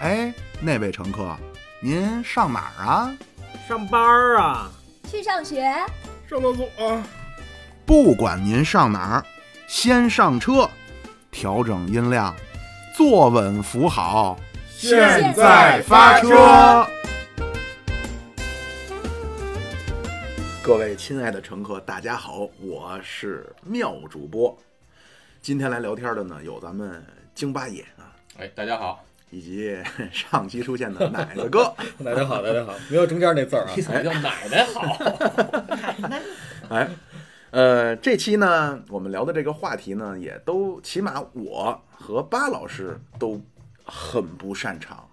哎哎，那位乘客，您上哪儿啊？上班儿啊，去上学，上厕所啊，不管您上哪儿，先上车，调整音量，坐稳扶好，现在发车。各位亲爱的乘客，大家好，我是妙主播。今天来聊天的呢，有咱们京八爷啊，哎，大家好，以及上期出现的奶子哥。大家好，大家好，没有中间那字儿啊你。怎么叫奶奶好？ 哎，呃，这期呢，我们聊的这个话题呢，也都起码我和巴老师都很不擅长，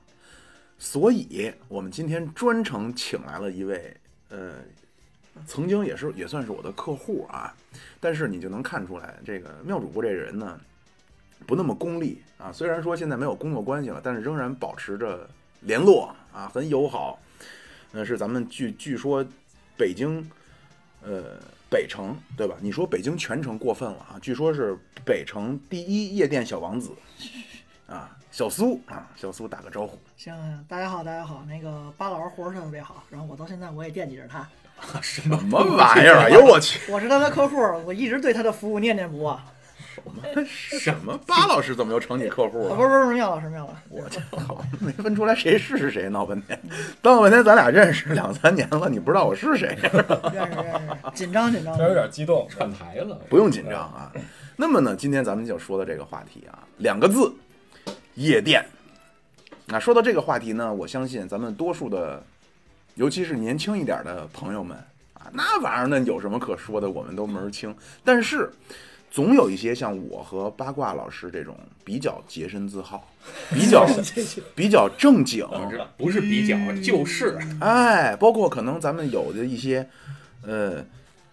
所以我们今天专程请来了一位，呃，曾经也是也算是我的客户啊，但是你就能看出来，这个妙主播这人呢，不那么功利啊，虽然说现在没有工作关系了，但是仍然保持着联络啊，很友好。那是咱们据据说北京呃，北城对吧？你说北京全城过分了啊！据说是北城第一夜店小王子啊，小苏啊，小苏打个招呼。行，大家好，大家好，那个巴老师活着特别好，然后我到现在我也惦记着他，什么什么玩意儿啊！哎呦我去，我是他的客户，我一直对他的服务念念不忘。啊，什么巴老师怎么又成你客户不了？是不是，妙老师妙老师，我去，好没分出来谁是谁，闹半天，闹半天咱俩认识两三年了，你不知道我是谁，啊认识认识，紧张紧张这，有点激动，串台了？不用紧张啊。那么呢，今天咱们就说的这个话题啊，两个字，夜店。那说到这个话题呢，我相信咱们多数的，尤其是年轻一点的朋友们啊，那玩意儿呢有什么可说的，我们都门儿清。但是，总有一些像我和八卦老师这种比较洁身自好、比较比较正经、总之不是比较就是，哎，包括可能咱们有的一些，呃，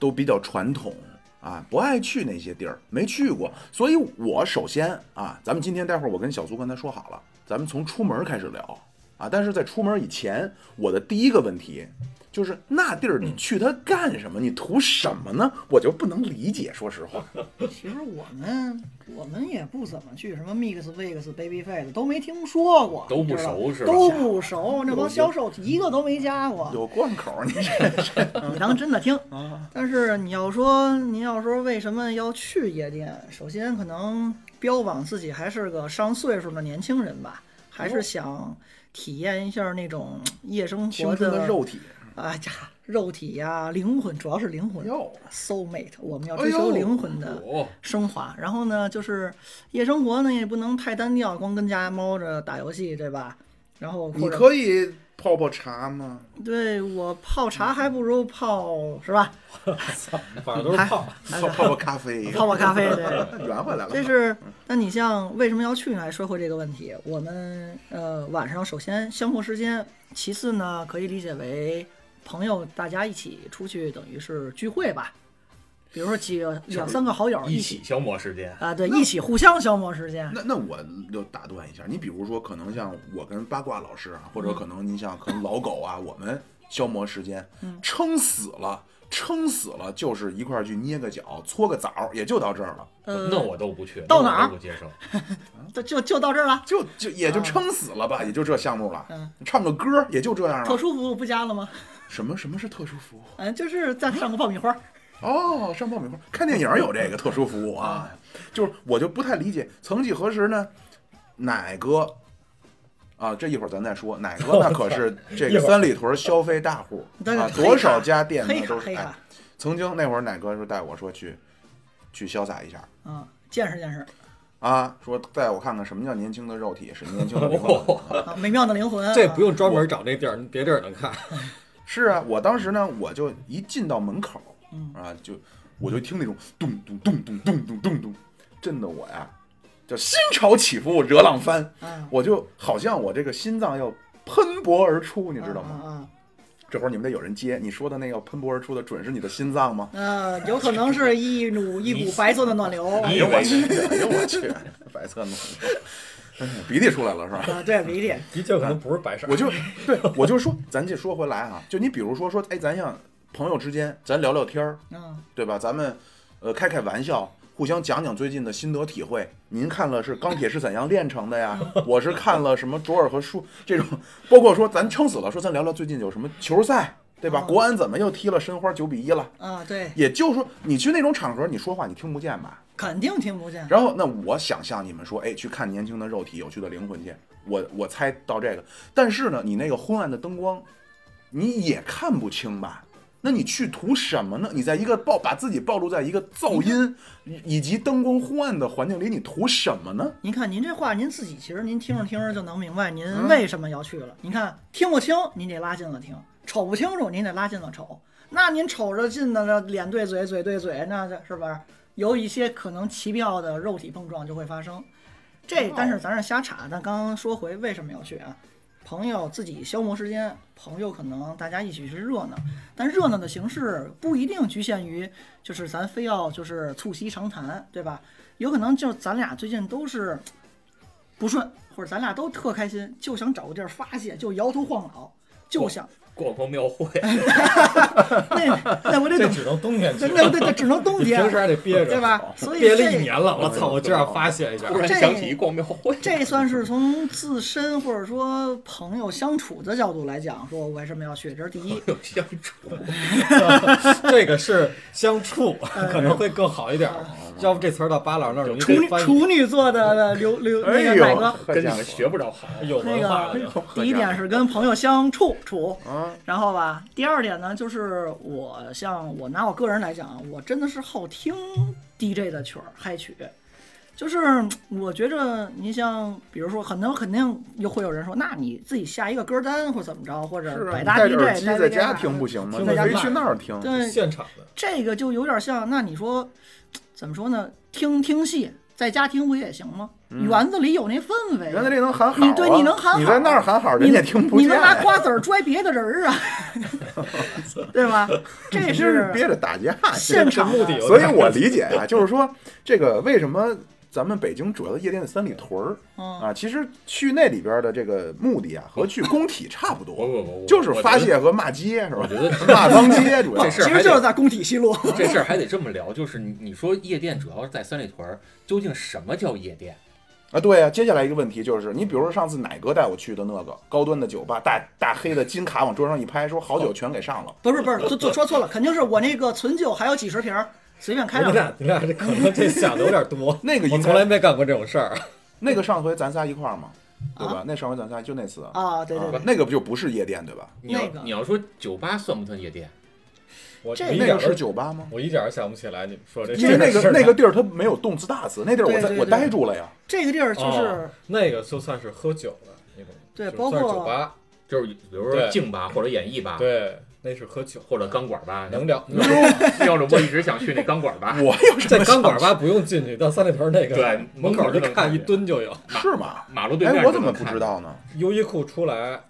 都比较传统啊，不爱去那些地儿，没去过。所以我首先啊，咱们今天待会儿我跟小苏刚才说好了，咱们从出门开始聊啊。但是在出门以前，我的第一个问题就是那地儿你去它干什么？你图什么呢？我就不能理解，说实话。其实我们我们也不怎么去什么 Mix、Vix、Babyface 都没听说过，都不知道吧熟是吧都不熟，那帮销售一个都没加过，有贯口，你这嗯你当真的听。但是你要说，你要说为什么要去夜店？首先，可能标榜自己还是个上岁数的年轻人吧，还哦是想体验一下那种夜生青活春的肉体啊呀，肉体呀、灵魂，主要是灵魂哟， ，soul mate，我们要哎追求呦灵魂的。哦，升华。然后呢，就是夜生活呢也不能太单调，光跟家猫着打游戏，对吧？然后或你者可以泡泡茶吗？对我泡茶还不如泡 是吧？反正都是胖。泡泡泡咖啡，泡泡咖啡对。圆回来了。这是，那你像为什么要去呢？说回这个问题，我们呃晚上首先消磨时间，其次呢可以理解为朋友大家一起出去，等于是聚会吧。比如说几个两三个好友一一起消磨时间。啊，对，那一起互相消磨时间。那那我就打断一下，你比如说，可能像我跟八卦老师啊，或嗯者可能你像可能老狗啊，我们消磨时间，嗯撑死了，撑死了就是一块儿去捏个脚、搓个澡，也就到这儿了，呃，那我都不去，到哪儿那我都不接受。就就就到这儿了。就就也就啊撑死了吧，也就这项目了。嗯唱个歌也就这样特了。殊服务不加了吗？什么什么是特殊服务？嗯，就是再上个爆米花。哦，上爆米花，看电影有这个特殊服务啊，就是我就不太理解，曾几何时呢，奶哥。啊，这一会儿咱再说。奶哥那可是这一个会儿三里屯消费大户但啊，是黑多少卡家店呢黑卡都是。黑哎卡，，曾经那会儿奶哥说带我说去，去潇洒一下嗯，见识见识啊，说带我看看什么叫年轻的肉体，什么年轻的灵魂哦。啊，美妙的灵魂。这不用用专门找那地儿，别地儿能看。是啊，我当时呢，我就一进到门口嗯啊，就我就听那种咚咚咚咚咚咚咚咚，震得我呀，叫心潮起伏，惹浪翻，啊，我就好像我这个心脏要喷薄而出，你知道吗？吗？这会儿你们得有人接，你说的那个喷薄而出的，准是你的心脏吗？呃，有可能是一股一股白色的暖流哎你呦以我为去，哎呦我去， 白色弄，哎鼻涕出来了是吧？ 啊，对，理解。的确可能不是白事儿。我就对我就说，咱就说回来啊，就你比如说说，哎，咱像朋友之间，咱聊聊天儿，嗯，对吧？咱们呃开开玩笑，互相讲讲最近的心得体会。您看了是《钢铁是怎样炼成的》呀，我是看了什么卓尔和舒这种，包括说咱撑死了，说咱聊聊最近有什么球赛，对吧？哦国安怎么又踢了申花九比一了？啊，对，也就是说，你去那种场合，你说话你听不见吧？肯定听不见。然后，那我想象你们说，哎，去看年轻的肉体，有趣的灵魂去。我我猜到这个，但是呢，你那个昏暗的灯光，你也看不清吧？那你去图什么呢？你在一个暴把自己暴露在一个噪音以以及灯光昏暗的环境里，你图什么呢？您看，您这话您自己其实您听着听着就能明白您为什么要去了。您看，听不清您得拉近了听，瞅不清楚您得拉近了瞅。那您瞅着近的，那脸对嘴，嘴对嘴，那这是不是有一些可能奇妙的肉体碰撞就会发生？这但是咱是瞎扯。但刚刚说回为什么要去啊？朋友自己消磨时间，朋友可能大家一起去热闹，但热闹的形式不一定局限于就是咱非要就是促膝长谈，对吧？有可能就是咱俩最近都是不顺，或者咱俩都特开心，就想找个地儿发泄，就摇头晃脑，就想逛逛庙会，那那我得这等，只能冬 天去那，那我得这只能冬你 平时天，还得憋着，对 吧？所以憋了这一年了，我操！我就要发泄一下突，然这想起一逛庙会，这算是从自身或者说朋友相处的角度来讲，说我为什么要去？这是第一。 有相处， 这个是相处，嗯可能会更好一点。要不这词儿到巴老那儿容易 处女被翻译处女座的刘刘那哎个奶呦哥，，跟你们学不着好。有那文化了就。个第一点是跟朋友相处处，啊，然后吧，第二点呢，就是我像我拿我个人来讲啊，我真的是好听 DJ 的曲儿嗨曲，就是嗯我觉着你像比如说，可能肯定又会有人说，那你自己下一个歌单或怎么着，或是者啊，百你搭戴 DJ 着耳机带在这个家啊听不行吗？听你在家可以看去那儿听。对，现场的，这个就有点像，那你说怎么说呢？听听戏，在家听不也行吗？园子里有那氛围，原来这能喊好、啊，你对你能喊好你在那儿喊好，人家听不你见。能拿瓜子儿拽别的人儿啊， 对吧？这真是是憋着打架去。现场目的有所以我理解啊，就是说这个为什么咱们北京主要的夜店的三里屯儿嗯，啊，其实去那里边的这个目的啊，和去工体差不我多，我我，就是发泄和骂街是吧我觉？得。我觉得骂脏 街主要这是 事儿其还实就是得在工体西路。这事儿还得这么聊，就是你你说夜店主要是在三里屯儿，究竟什么叫夜店？啊，对啊。接下来一个问题就是，你比如说上次奶哥带我去的那个高端的酒吧，大大黑的金卡往桌上一拍，说好酒全给上了。。不是不是，做做说错了，肯定是我那个存酒还有几十瓶儿，随便开你两瓶。俩你俩这可能这想的有点 多那个我应从该来没干过这种事儿，那个上回咱仨一块儿嘛，对吧？那上回咱仨就那次，啊，对对啊对，那个就不是夜店对吧？你要那个你要说酒吧算不算夜店？我这我一那点个儿是酒吧吗？我一点儿想不起来你们说这因为那这事个儿那个地儿它没有动词大词，那地儿我对在对我对呆住 了呀。这个地儿就是哦那个就算是喝酒了，那种对就包算是括酒吧，就是比如说对静吧，或者演艺吧，对，那是喝酒或者钢管吧。能聊。 要是我一直想去那钢管吧，我有什这么钢管吧不用进去，到三里屯那个对门口就看一蹲就有。是吗？马路对面哎，就我能怎么不看知？道呢？优衣库出来，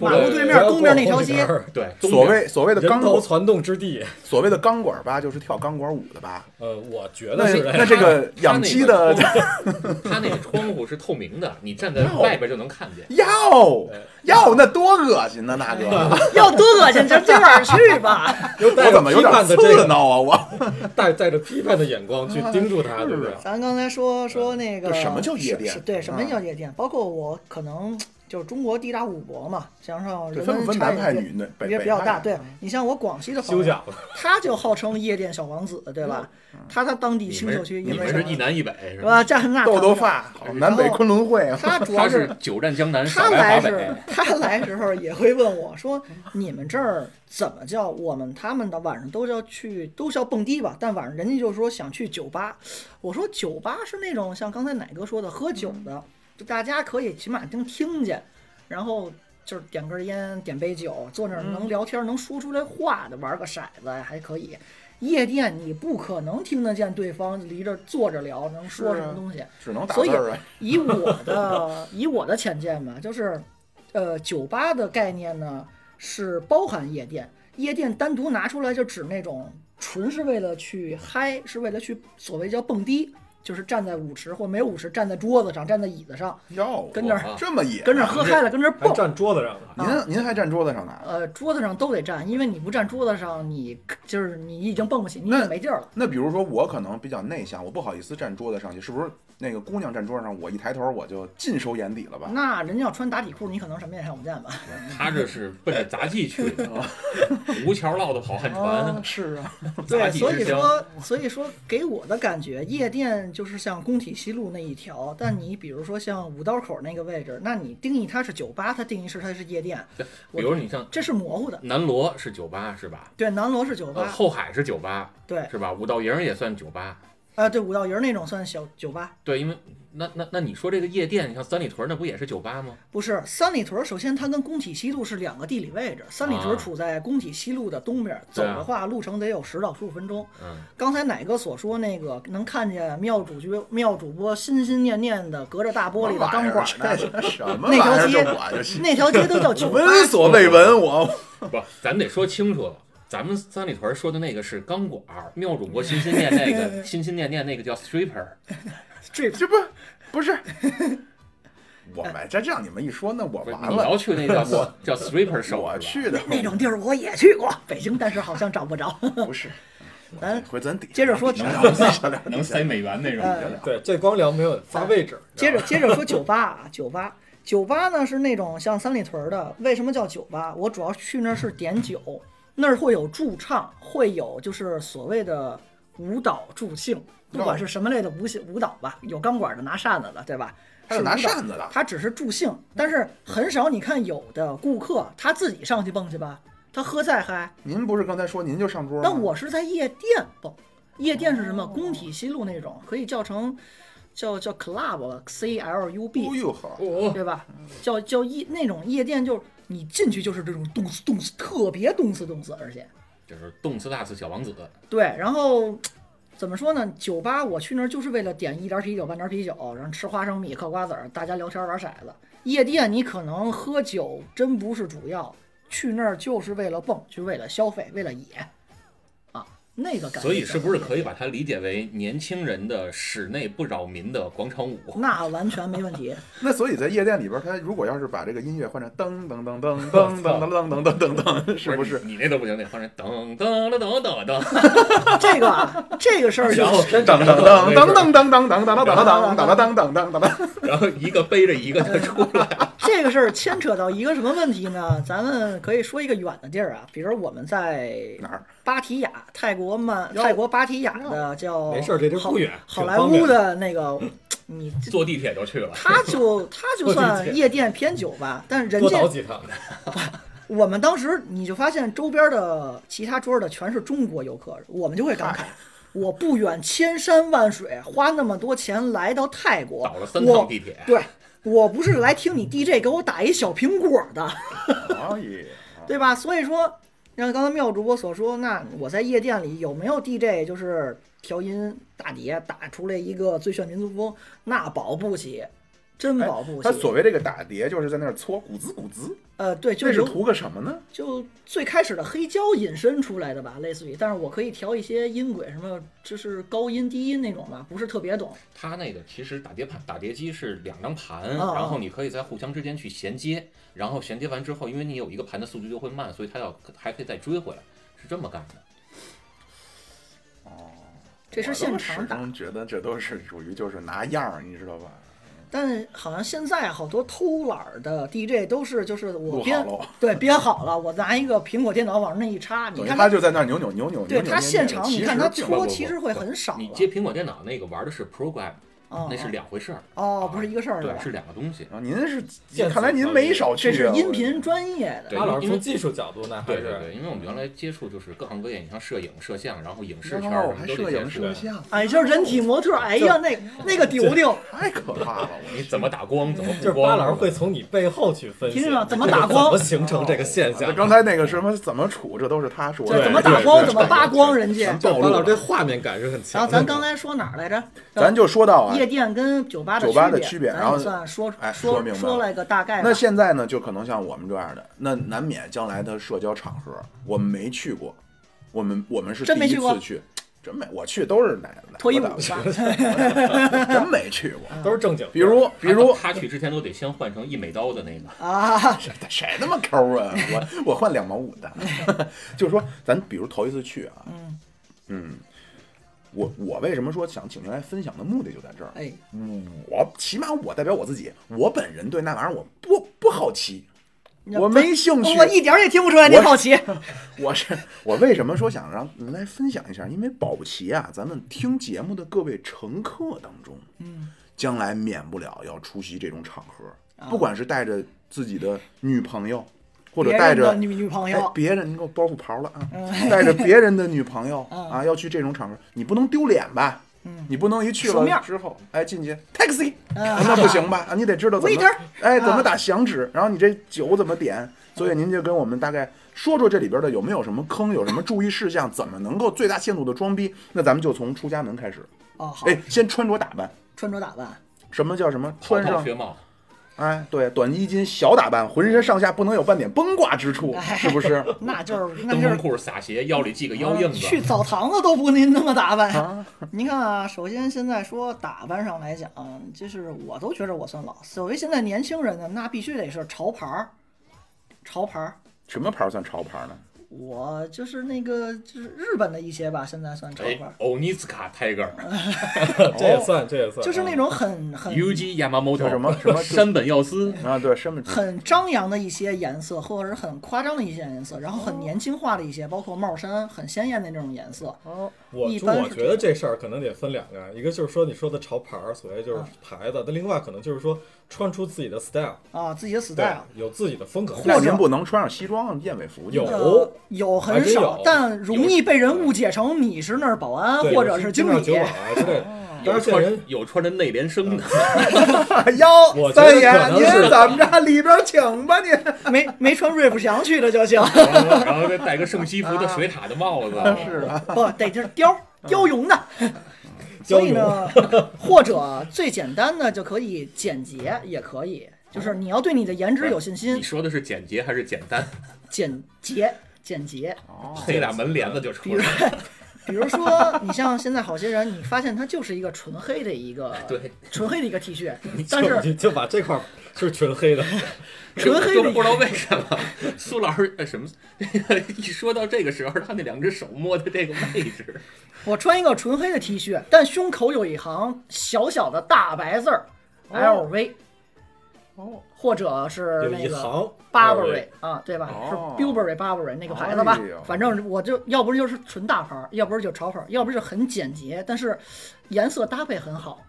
马路对面公园那条街不要过红绿灯对，所谓所谓的钢人头管，攒动之地。所谓的钢管吧，就是跳钢管舞的吧？呃，我觉那得是哎那这个养鸡的 他那个窗户是透明的，你站在外边就能看见。哟对哟，那多恶心呐，那个，要多恶心，咱今晚上去吧。有带我着怎么有批点判的这刺个挠啊？我哎带带着批判的眼光去啊盯住他，对不对？咱刚才说说那个就嗯什么叫夜店是是对，什么嗯叫夜店？包括我可能就是中国地大物博嘛，加上这人分不文分差南异派也女呢？北也北比较派嗯大。对你像我广西的朋休友，假了，他就号称夜店小王子，对吧？嗯他在当地你新们手区你夜们店是小王一子，南一北是是吧吧？？这那豆谈不豆了发，好南北昆仑 会啊！他主要他是是久战江南，他少来来华时北。他来时候也会问我说：“你们这儿怎么叫？我们他们的晚上都叫去，都叫蹦迪吧？但晚上人家就说想去酒吧。”我说：“酒吧是那种像刚才奶哥说的喝酒嗯的，就大家可以起码能听见，然后就是点根烟，点杯酒，坐那儿嗯能聊天，能说出来话的，玩个骰子还可以。”夜店你不可能听得见对方离着坐着聊能说什是么啊东西，只能打所以字儿啊！以我的 以我的浅见吧，就是，呃，酒吧的概念呢是包含夜店，夜店单独拿出来就指那种纯是为了去嗨，是为了去所谓叫蹦迪，就是站在舞池或没有舞池，站在桌子上，站在椅子上，哟，跟这啊儿哇这么野，跟这儿喝嗨了，跟这儿还蹦。站桌子上了，您您还站桌子上呢？呃，桌子上都得站，因为你不站桌子上，你就是你已经蹦不起，你已那经没劲儿了。那比如说我可能比较内向，我不好意思站桌子上去，是不是？那个姑娘站桌子上，我一抬头我就尽收眼底了吧？那人家要穿打底裤，你可能什么也看不见吧？他这是奔着杂技去 的，哦无桥落的跑旱啊 船，，是啊，杂对，技所以之乡。说，所以说，给我的感觉，夜店就是像工体西路那一条，但你比如说像五道口那个位置，那你定义它是酒吧，它定义是它是夜店，比如你像这是模糊的。南锣是酒吧是吧？对，南锣是酒呃，吧，后海是酒吧对，是吧？五道营也算酒吧。啊，对，五道营那种算小酒吧，对，因为那那那你说这个夜店，你像三里屯那不也是酒吧吗？不是三里屯。首先，它跟工体西路是两个地理位置，三里啊屯处在工体西路的东边，走对啊的话路程得有十到十五分钟。嗯，刚才奶哥所说那个能看见妙主角、妙主播心心念念的隔着大玻璃的钢管那的，什么玩意那条儿？街这我就信 那条街都叫酒 吧。闻所未闻， 我 不，咱得说清楚了。咱们三里屯说的那个是钢管儿，妙主播心心念那 个心心念念那个叫 stripper，这这不不是。 我们这这样你们一说，那我不是完你了要。去那叫 叫 stripper 手，我去的那种地儿我也去过，北京，但是好像找 不着。不是，咱回咱底下接着说底下聊底下聊能塞美元那种哎的。对，这光聊没有发位置，接着接着说酒吧啊，酒吧，酒吧呢是那种像三里屯儿的，为什么叫酒吧？我主要去那儿是点酒，那儿会有驻唱，会有就是所谓的舞蹈助兴，不管是什么类的舞兴舞蹈吧，有钢管的，拿扇子的，对吧？还有是拿舞蹈扇子的他只是助兴，但是很少你看有的顾客他自己上去蹦去吧，他喝再嗨，您不是刚才说您就上嗯桌吗？但我是在夜店蹦，夜店是什哦么？工体西路那种，可以叫成叫叫 club C L U 哎 B，呦呵，哦，对吧？叫叫夜那种夜店，就是你进去就是这种动次动次，特别动次动次，而且就是动次大次小王子，对，然后。怎么说呢？酒吧我去那儿就是为了点一点啤酒、半点啤酒，然后吃花生米、嗑瓜子儿，大家聊天玩骰子。夜店你可能喝酒真不是主要，去那儿就是为了蹦，就为了消费，为了野，啊，那个感觉。所以是不是可以把它理解为年轻人的室内不扰民的广场舞？那完全没问题。那所以在夜店里边，他如果要是把这个音乐换成噔噔噔噔噔噔噔噔噔噔噔噔， 是不是？你那都不行，得换成噔噔了噔噔噔。这个啊，这个事儿就然后噔噔噔噔噔噔噔噔噔噔噔噔噔噔噔噔噔噔。然后一个背着一个就出来。这个事儿牵扯到一个什么问题呢？咱们可以说一个远的地儿啊，比如我们在哪儿？芭提雅，泰国曼，泰国芭提雅的叫没事儿这地儿不远好挺莱方便坞的那个，你这坐地铁就去了，他就他 就我理算解夜店偏酒吧，但人多家倒几趟。我们当时你就发现周边的其他桌的全是中国游客，我们就会感慨。我不远千山万水，花那么多钱来到泰国，倒了三我趟地铁。对我不是来听你 DJ 给我打一小苹果的，可以。对吧？所以说，像刚才妙主播所说，那我在夜店里有没有 DJ 就是调音大碟打出来一个最炫民族风？那保不齐，真保不齐。哎他所谓这个打碟，就是在那儿搓鼓滋鼓滋，呃，对，就这是有图个什么呢？就最开始的黑胶引申出来的吧，类似于，但是我可以调一些音轨，什么就是高音低音那种吧，不是特别懂。它那个其实打碟盘、打碟机是两张盘，啊然后你可以在互相之间去衔接，然后衔接完之后，因为你有一个盘的速度就会慢，所以它要还可以再追回来，是这么干的。哦这是现场哦我打始，终觉得这都是属于就是拿样儿，你知道吧？但好像现在好多偷懒儿的 DJ 都是就是我录编好了对编好了，我拿一个苹果电脑往那一插，你等于看他就在那儿扭扭扭扭扭扭对扭。他现场，其你实看他并不搓不其实会很少了你接苹果电脑那个玩的是 program，、哦那是两回事儿，哦，不是一个事儿对，吧是？两个东西。啊，您是看来您没少去这啊，是音我频专业的对巴老师因为从技术角度呢，还对对是对，因为我们原来接触就是各行各业，你像摄影、摄像，然后影视圈儿哦，什还么都摄得接影触。摄像，哎，就是人体模特，哎呀，那那个丢丢， 太可怕 了！我你怎么打光，怎么就是补巴光，老师会从你背后去分析听，着怎么这个打光怎么形成这个现象那？刚才那个什么怎么处，这都是他说这的。怎么对打对光，对怎么扒光人家全。就暴巴露老了师这画面感是很强然的。后咱刚才说哪儿来着？咱就说到啊，夜店跟酒吧的酒吧的区区别咱然后也算说哎说说明白说了个大概吧。那现在呢，就可能像我们这样的，那难免将来的社交场合，我们没去过，我们我们是真第没一去过次去，真没我去都是男的，脱衣舞我吧，倒 真没去过。都是正经。比如比 如他去之前都得先换成一美刀的那个，啊，谁谁那么抠啊？我我换两毛五的， 就是说，咱比如头一次去啊，嗯嗯我我为什么说想请您来分享的目的就在这儿？哎，我起码我代表我自己，我本人对那玩意儿我不不好奇，你我没兴趣。我一点儿也听不出来你我好奇。 我是 我为什么说想让您来分享一下？因为保不齐啊，咱们听节目的各位乘客当中，嗯，啊将来免不了要出席这种场合，不管是带着自己的女朋友，或者别人带的着女女朋友哎，别人你给我包袱刨了啊， 带着别人的女朋友 嗯啊，要去这种场合，你不能丢脸吧？嗯你不能一去熟面了儿之后，哎，进去 taxi，啊啊那不行吧？啊，你得知道怎么 Waiter，嗯哎怎么打响指，然后你这酒怎么点。所以您就跟我们大概说说这里边的有没有什么坑，有什么注意事项，怎么能够最大限度的装逼？那咱们就从出家门开始。哦，好，哎，先穿着打扮，穿着打扮，什么叫什么？好穿帽上学帽，哎，对，短衣襟，小打扮，浑身上下不能有半点崩挂之处，哎是不是？ 那就是那灯就笼是裤撒鞋，腰里系个腰印子，去澡堂子都不您那么打扮。 啊，您看啊，首先现在说打扮上来讲，就是我都觉得我算老。所谓现在年轻人呢，那必须得是潮牌儿，潮牌儿。什么牌儿算潮牌呢？我就是那个就是日本的一些吧，现在算潮哎牌儿，欧尼斯卡 Tiger，这也算，这也算，啊就是那种很很 UG 叫 Yamamoto 什么什么 山本耀司，啊，对，身份很张扬的一些颜色，或者是很夸张的一些颜色，然后很年轻化的一些，包括帽衫很鲜艳的那种颜色。哦，我一般是我觉得这事儿可能得分两个，一个就是说你说的潮牌儿，所谓就是牌子，那另外可能就是说穿出自己的 style，啊，自己的对 style，，有自己的风格，那或您者不能穿上西装燕尾服去有呃，有很还真少有，但容易被人误解成你是那儿保安对或者是经常理。酒保啊之类的。当有然，这人 穿有穿着内联升的，哟啊我觉得可能是么着？里边请吧 您。没没穿瑞普祥去的就行， 然后再戴个圣西服的水獭的帽子，是 啊，不得这是貂嗯貂 绒的。所以呢，或者最简单的就可以简洁，也可以，就是你要对你的颜值有信你心，说的是简洁还是简单？简洁简洁。那俩门帘子就出来了。比如说，你像现在好些人，你发现他就是一个纯黑的一 个，对，纯黑的一个 T 恤，但就是你就把这块儿就是纯黑的，纯黑就的一不知个道为什么苏老师呃什么， 一说到这个时候，他那两只手摸的这个位 置，我穿一个纯黑的 T 恤，但胸口有一行小小的大白字儿，LV，哦，或者是有那一个行 Burberry 啊，对吧？是哦 Burberry Burberry 那个牌子吧哎呦？反正我就要不就是纯大牌儿，要不就是潮牌儿，要不就是很简洁，但是颜色搭配很好。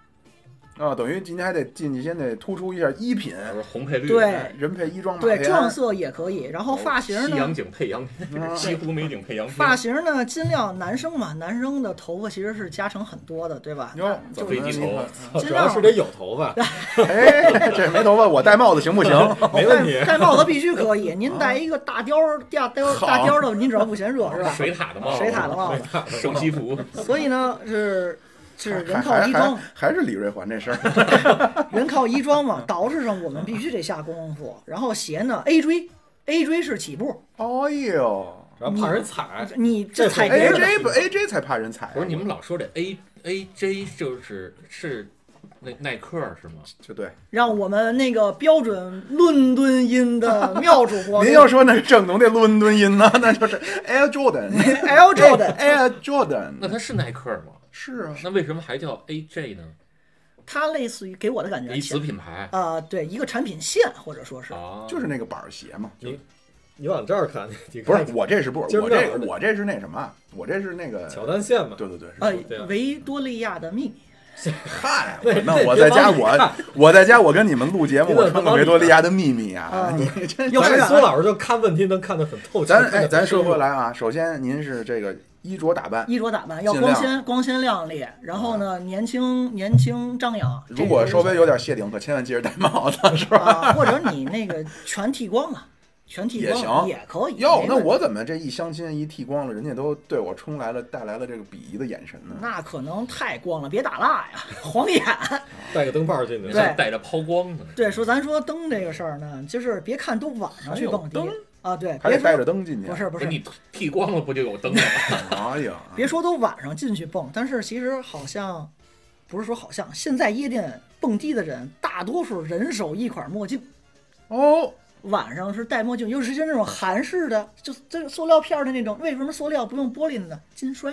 啊，等于今天还得进去，先得突出一下衣品，我说红配绿，对人配衣装马对，配啊鞍撞色也可以，然后发型哦西呢啊洋？景配洋，嗯 西湖美景配洋发片，型呢，尽量男生嘛，男生的头发其实是加成很多的，对吧？哟，就怎是么飞机了尽 主量要是得有头发， 哎，这没头发，我戴帽子行不行？没问 题戴。戴帽子必须可以，您戴一个大貂儿、 大貂儿、好大貂儿的，您只要不嫌热是吧？水獭的啊帽子，啊水獭的帽子。 圣西服，所以呢，是是人还靠还衣还装，还是李瑞环这事儿，人靠衣装嘛，捯饬上我们必须得下功夫。然后鞋呢，A 锥，A 锥是起步，哎呦然后怕人踩，你这踩哎别人的，AJ 不 AJ 才怕人踩啊，不是你们老说这 A A J 就是是那耐克是吗？就对。让我们那个标准伦敦音 的妙主播，您要说那是正宗的伦敦音呢， 那就是 Air Jordan，Air L j o d Air 那 Jordan，它是耐克吗？是啊，那为什么还叫 A J 呢？它类似于给我的感觉一子前，品牌呃，对，一个产品线或者说是啊，就是那个板儿鞋嘛。你往这儿看，你不看是我这是不是今儿我这这样的我这是那什么？啊我这是那个乔丹线嘛，对对对，是呃对啊维多利亚的秘密。嗨，那那我那在别家往里我看我在家我跟你们录节目，别往我穿个维多利亚的秘密啊！你真要但是是啊苏老师就看问题能看得很透彻。咱看得哎，很咱深说回入，来啊，首先您是这个衣着打扮，衣着打扮要尽光量啊鲜、光鲜亮丽，然后呢，年轻、年轻、张扬。这如果个稍微有点谢顶，可千万记着戴帽子，是吧？啊，或者你那个全剃光啊，全剃也光行也可以。 哟，没那问题我怎么这一相亲一剃光了，人家都对我冲来了，带来了这个鄙夷的眼神呢？那可能太光了，别打蜡呀， 晃眼。带个灯泡进去，对带着抛光的，对，说咱说灯这个事儿呢，就是别看都晚上去有蹦迪灯，啊，对，还别得带说着灯进去。不，是不给是，你剃光了不就有灯了？哎呀，别说都晚上进去蹦，但是其实好像不是说好像，现在夜店蹦迪的人大多数人手一款墨镜，哦，晚上是戴墨镜，尤其是那种韩式的，就这塑料片儿的那种，为什么塑料不用玻璃的呢？金摔，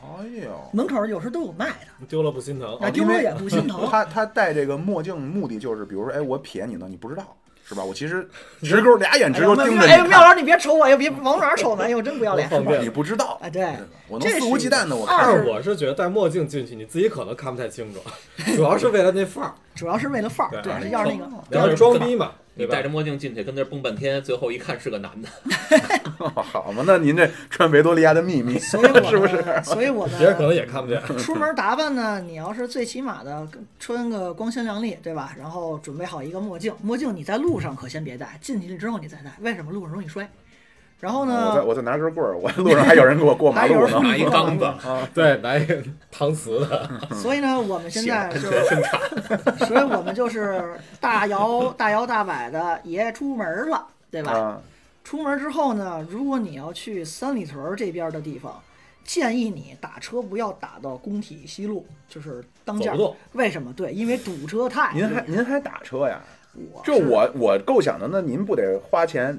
哎呦，门口儿有时候都有卖的，丢了不心疼。哦那啊因丢为了也不心疼。他他戴这个墨镜目的就是，比如说，哎，我瞥你呢，你不知道是吧？我其 实直勾俩眼直勾哎盯呀着哎呦，你妙看，老师你别瞅我，哎呦别往哪儿瞅呢，哎呦真不要脸。我放便你不知道，哎，对，我能这肆是无忌惮的我二看。但是是我是觉得戴墨镜进去，你自己可能看不太清楚， 主要是为了那范 儿，主要是为了范儿，对对， 要是那个然后装逼嘛，你对戴吧着？墨镜进去，跟那儿蹦半天，最后一看是个男的， 好嘛，那您这穿维多利亚的秘密所以我 们是不是？所以我别人可们能也看不 见。出门打扮呢，你要是最起码的穿个光鲜亮丽，对吧？然后准备好一个墨镜，墨镜你在路上可先别戴，进去之后你再戴。为什么？路上容易摔。然后我再呢，我再拿根棍儿，我路上还有人给我过马还有路人呢。拿 一缸 子，对，拿一个搪瓷的， 所以呢，我们现在就，全生产。 所以我们就是大摇大摇大摆的，爷出门了，对吧？啊，出门之后呢，如果你要去三里屯儿这边儿的地方，建议你打车不要打到工体西路，就是当走间不儿。动。为什么？对，因为堵车太。您还您还打车呀？我这是我我构想的，那您不得花钱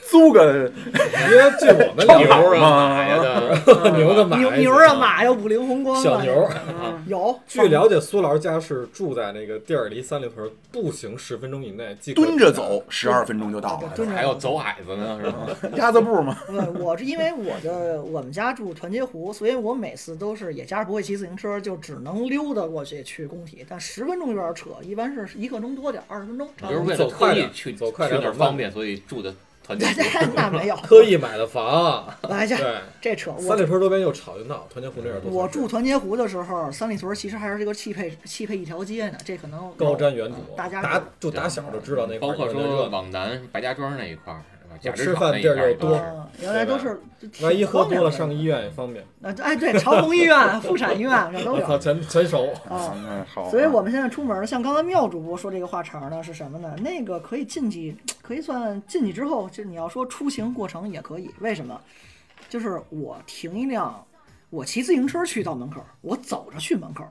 租 个因为据我们 牛了啊，马哎呀的，解， 牛的马，牛牛啊，马呀，五菱宏光啊小牛儿。嗯有。据了解，苏老师家是住在那个地儿离三里屯步行十分钟以内，即可蹲着走，十二分钟就到啊对了，蹲着 还要走矮子呢，是吧？鸭子步嘛。呃我是因为我的我们家住团结湖，所以我每次都是也加上不会骑自行车，就只能溜达过去去工体，但十分钟有点扯，一般是一刻钟多点儿，二十分钟。就是为了特意去走去快点那儿方便，所以住的 团结湖。那没有，特意买的房。来这 对，这扯，我三里屯周边又吵又闹，团结湖那边多我住团结湖的时候，三里屯其实还是这个汽配汽配一条街呢，这可能高瞻远瞩，大家打就打小就知道那块包儿括有多热说闹。往南白家庄那一块儿，是吧吃假肢厂那一饭地儿块儿又多也嗯，原来都是万一喝多了上医医院也方便。哎对，长虹医院、妇产医院这 都我操，有全全熟。啊。 嗯，好。所以我们现在出门了，像刚才妙主播说这个话茬儿呢是什么呢？那个可以进去，可以算进去之后，就你要说出行过程也可以。为什么？就是我停一辆，我骑自行车去到门口，我走着去门口，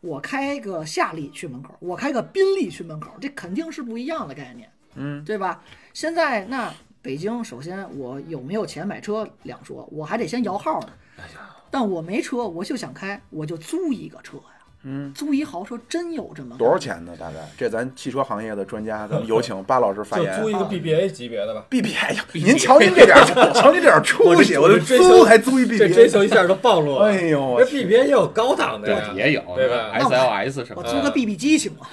我开个夏利去门口，我开个宾利去门口，这肯定是不一样的概念，嗯，对吧？现在那北京，首先我有没有钱买车两说，我还得先摇号呢。但我没车，我就想开，我就租一个车呀。嗯，租一豪车真有这么多少钱呢？大概这咱汽车行业的专家，咱们有请巴老师发就租一言。啊个 BBA 级别的吧， BBA 呀，您瞧您 这点儿，瞧您这点儿出息，我我就这租还租一这追 BBA，求一下都暴露了。哎呦我那 BBA 也有高档的呀，对，也有对吧？ S L S 什我么租个的， BB 机行吗？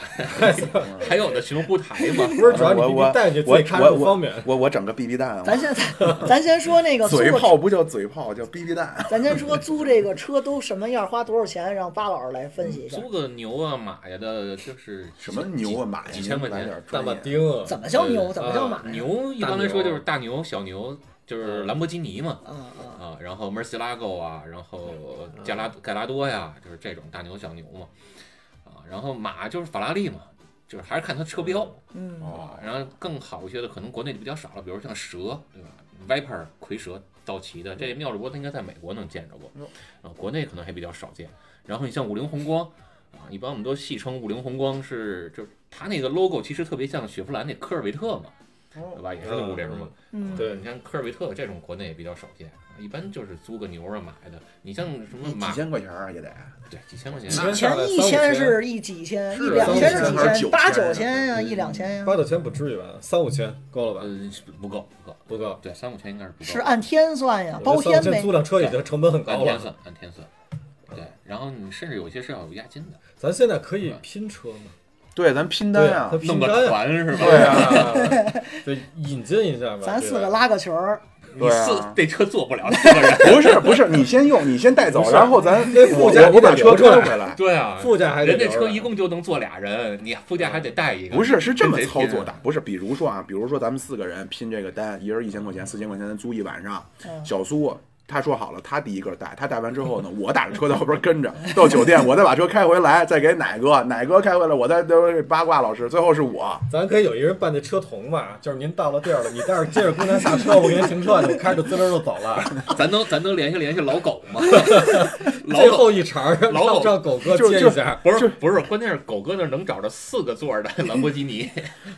还有那寻呼台嘛。啊不是主要你我必须我带你自我己看我着不方便。我我我整个 BB 蛋，咱现在，咱先说那 个我租嘴个炮车，不叫嘴炮，叫 BB 蛋。咱先说租这个车都什么样，花多少钱，让巴老师来分析一下。租个牛啊马呀的，就是 什么牛啊马呀，几千块您来钱点儿大专马业丁啊，怎么叫牛？怎么叫马呀？牛嗯一般来说就是大牛、小牛，就是兰博基尼嘛啊啊！啊，然后 Murcielago 啊，然后加拉盖拉多呀，就是这种大牛小牛嘛啊，然后马就是法拉利嘛，就是还是看它车标。啊嗯，哦，然后更好一些的可能国内就比较少了，比如像蛇，对吧？Viper 蝰蛇道奇的，这妙主播他应该在美国能见着过，啊，国内可能还比较少见。然后你像五菱宏光啊，一般我们都戏称五菱宏光是，就是它那个 logo 其实特别像雪佛兰那科尔维特嘛，对吧？也是那五菱嘛。嗯对你像科尔维特这种国内也比较少见，啊一般就是租个牛啊买的。你像什么几马，千块钱啊也得。对，几千块钱。那前一千是一几千，是一两千三是五千几还是九千八九千呀，嗯一两千呀，八九千不至于吧？三五千够了吧？呃，不够，不够，不够。对，三五千应该是不够。是按天算呀，包我觉得天三五千呗租。辆车已经成本很按高天了。算，按天算。对，然后你甚至有些是要有押金的。咱现在可以拼车吗？对，咱嗯拼单对啊他，拼弄个单啊。团是吧？对啊， 啊， 对，引进一下吧。咱对四个吧拉个群儿，你对四啊这车坐不了四个人。不是不是，你先用，你先带走不，是然后咱那副我驾我我你得把车留出推来回来。对啊，副驾还得人家留着车一共就能坐俩人，你副驾还得带一个。不是，是这么真操得拼作的，不是，比如说啊，比如说咱们四个人拼这个单，一人一千块钱，四千块钱咱租一晚上，嗯小苏他说好了，他第一个带，他带完之后呢，我打着车在后边跟着，到酒店我再把车开回来，再给奶哥，奶哥开回来，我再都八卦老师，最后是我。咱可以有一人办那车童嘛，就是您到了地儿了，你带着接着姑娘下车，我给您停车去，我开着滋溜就走了。咱能咱能联系联系老狗 吗？老最狗后一茬儿，老让狗让狗哥就接就一下。不是不是，关键是狗哥那儿能找着四个座儿的 兰博基尼，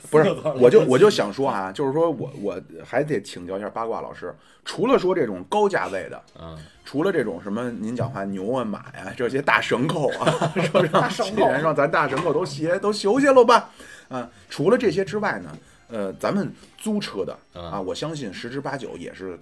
不是四个字儿，我就我就想说啊，就是说我我还得请教一下八卦老师，除了说这种高价位的，嗯，除了这种什么您讲话牛啊马呀、 这些大牲口 啊，是不是？大牲口既然让咱大牲口都歇都休息了吧？啊，除了这些之外呢，呃，咱们租车的啊，嗯我相信十之八九也是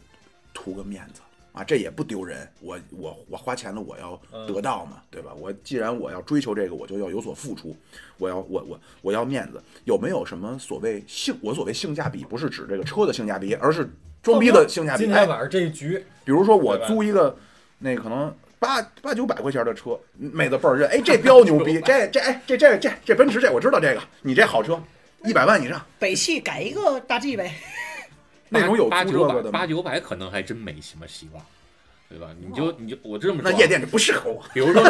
图个面子。啊，这也不丢人，我我我花钱了，我要得到嘛，对吧？我既然我要追求这个，我就要有所付出，我要我我我要面子。有没有什么所谓性？我所谓性价比，不是指这个车的性价比，而是装逼的性价比。今哎天晚上这一 局，比如说我对吧租一个那可能八八九百块钱的车，妹嗯子倍儿认，哎，这标牛逼，这这哎这这这这奔驰这我知道这个，你这好车，一百万以上北汽改一个大 G 呗，那种有八租九这百个的八吗？九百可能还真没什么希望，对吧？你哦就你就我这么说那啊，夜店就不适合我。比如说，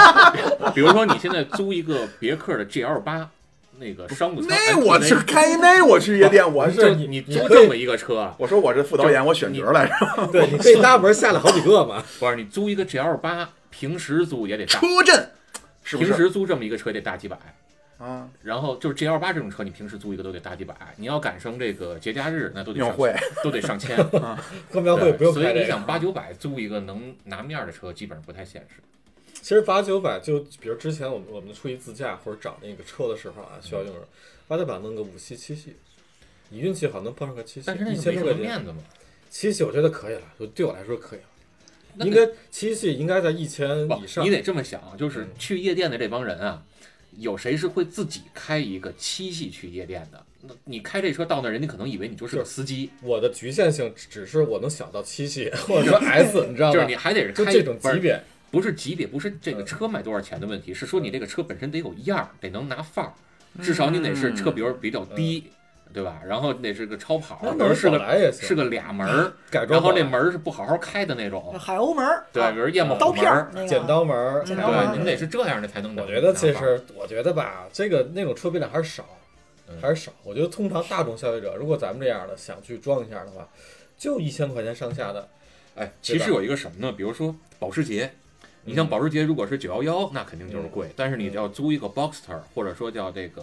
比如说你现在租一个别克的 GL 八，那个商务舱，哎那我那去开那我去夜店，我不 就是你你租可这以么一个车啊，我说我是副导演，我选角来着，对，你可以搭门下来好几个 嘛。不是你租一个 GL 八，平时租也得大，出阵是不平是时租这么一个车得大几百。啊？然后就是 GL 八这种车，你平时租一个都得大几百，你要赶上这个节假日，那都得庙上会都得上 千。哥庙会不用所以开这你个啊想。八九百租一个能拿面儿的车，基本上不太现实。其实八九百就比如之前我们我们出去自驾或者找那个车的时候啊，需嗯要用人，八九百弄个五系七系，你运气好能碰上个七系，但是那一个千没多块什么钱面子嘛，七系我觉得可以了，就对我来说可以了。那应个该七系应该在一千以不，上你，得这么想，就是嗯去夜店的这帮人啊，有谁是会自己开一个七系去夜店的？那你开这车到那儿，人家可能以为你就是个司机，我的局限性只只是我能想到七系或者说 S，你知道就是吗你？还得是啊就开这种级，不是别，嗯不是级别，不是这个车卖多少钱的问题，是说你这个车本身得有样儿，得能拿范儿，嗯至少你得是车，比如比较低，对吧？然后得是个超跑，那比如是宝个来也行，是个俩门儿，改然装后宝那来门儿是不好好开的那种，海鸥门儿，嗯对，啊比如夜幕刀虎门片儿儿，，那个剪刀门儿，剪刀门儿对，您得是这样的才能拿。我觉得其拿范儿实，我觉得吧，这个那种车比量还是少，嗯还是少。我觉得通常大众消费者，如果咱们这样的想去装一下的话，就一千块钱上下的，哎，其实有一个什么呢？比如说保时捷，你嗯像保时捷，如果是九幺幺，那肯定就是贵。但是你要租一个 Boxster，或者说叫这个，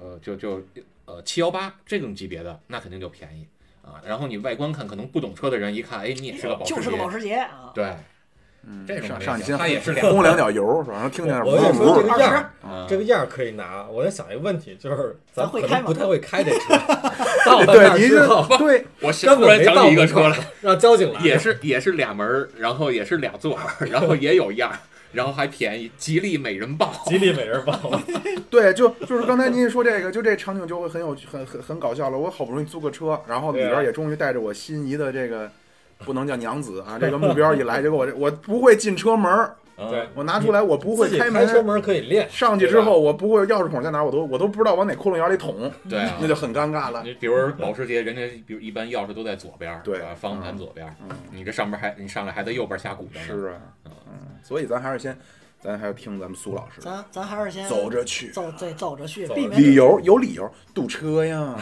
呃，就就呃七幺八这种级别的，那肯定就便宜啊。然后你外观看，可能不懂车的人一看，哎，你也是个保时捷，就是个保时捷啊，对，嗯这种上没上有去先它也是两轰两脚油，然后听见嗯我跟你说这个样儿，啊这个样儿可以拿。我在想一个问题，就是咱咱会可开能吗不太会开这车， 到了那对，儿您之后这对我根突本然没到想起一个门口车来，让交警来， 也是也是俩门儿，然后也是俩座儿，然后也有样儿，然后还便宜，吉利美人豹。吉利美人豹，对，就就是刚才您一说这个，就这场景就会很有很很很搞笑了。我好不容易租个车，然后里边也终于带着我心仪的这个，不能叫娘子啊，这个 目标一来，结果我这我不会进车门儿，对，我拿出来我不会自己开开车门，门可以练。上去之后我不会钥匙孔在哪儿，我都我都不知道往哪窟窿眼里捅，对啊那就很尴尬了。你比如说保时捷，人家比如一般钥匙都在左边儿，对嗯吧方向盘左边儿，你这上边还你上来还在右边下鼓的呢，是啊，嗯，所以咱还是先，咱还是听咱们苏老师的，咱咱还是先走着去，走对走着去，走着避去理免由有理由，堵车呀，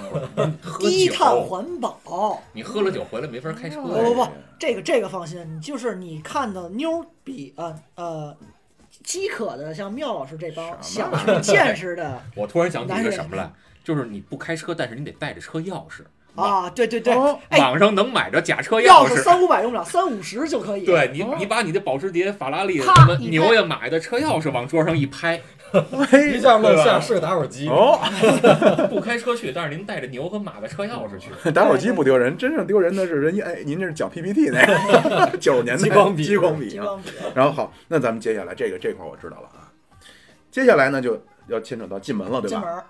喝低碳酒，环保。你喝了酒回来没法开车不哎不呀。不，这个这个放心，就是你看的妞儿比呃呃饥渴的，像妙老师这帮什想么去见识的我突然想起一个什么来，就是你不开车，但是你得带着车钥匙，网啊，对对 对哦，哎，网上能买着假车钥匙匙。三五百用不了，三五十就可以。对你，你把你的保时捷、法拉利、咔什么一拍牛也买的车钥匙往桌上一拍，一下落下是个打火机，哦，不开车去，但是您带着牛和马的车钥匙去， 打火机不丢人，真正丢人的是人家哎，您这是讲 PPT 那个九十年代激光笔激光笔激啊。光笔然后好，那咱们接下来这个这块儿我知道了啊，接下来呢就要牵扯到进门了，对进门吧？儿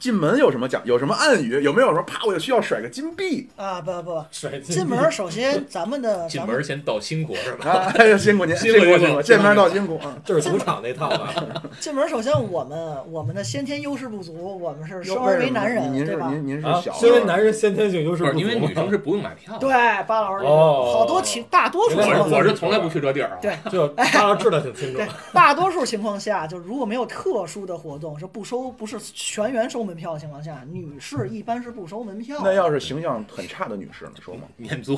进门有什么讲，有什么暗语，有没有说啪我就需要甩个金币啊，不不，甩进进门儿首先咱们的进咱门们儿先到兴国是吧？啊？ 哎呀，辛苦您，辛辛苦苦辛辛苦苦，见面到辛苦啊！就是赌场那套啊，进门儿首先我们我们的先天优势不足，我们是生为而什为么男人，您对是吧？您您啊是小，身为男人先天性优势不不是足，哦因为女生是不用买票的。对，巴老师哦好多情大多数我情是况我是从来不去这地儿啊。对就大家知道挺清楚对，大多数情况下，就如果没有特殊的活动，是不收，不是全员收门票的情况下，女士一般是不收门票。那要是形象很差的女士呢？说吗？免租，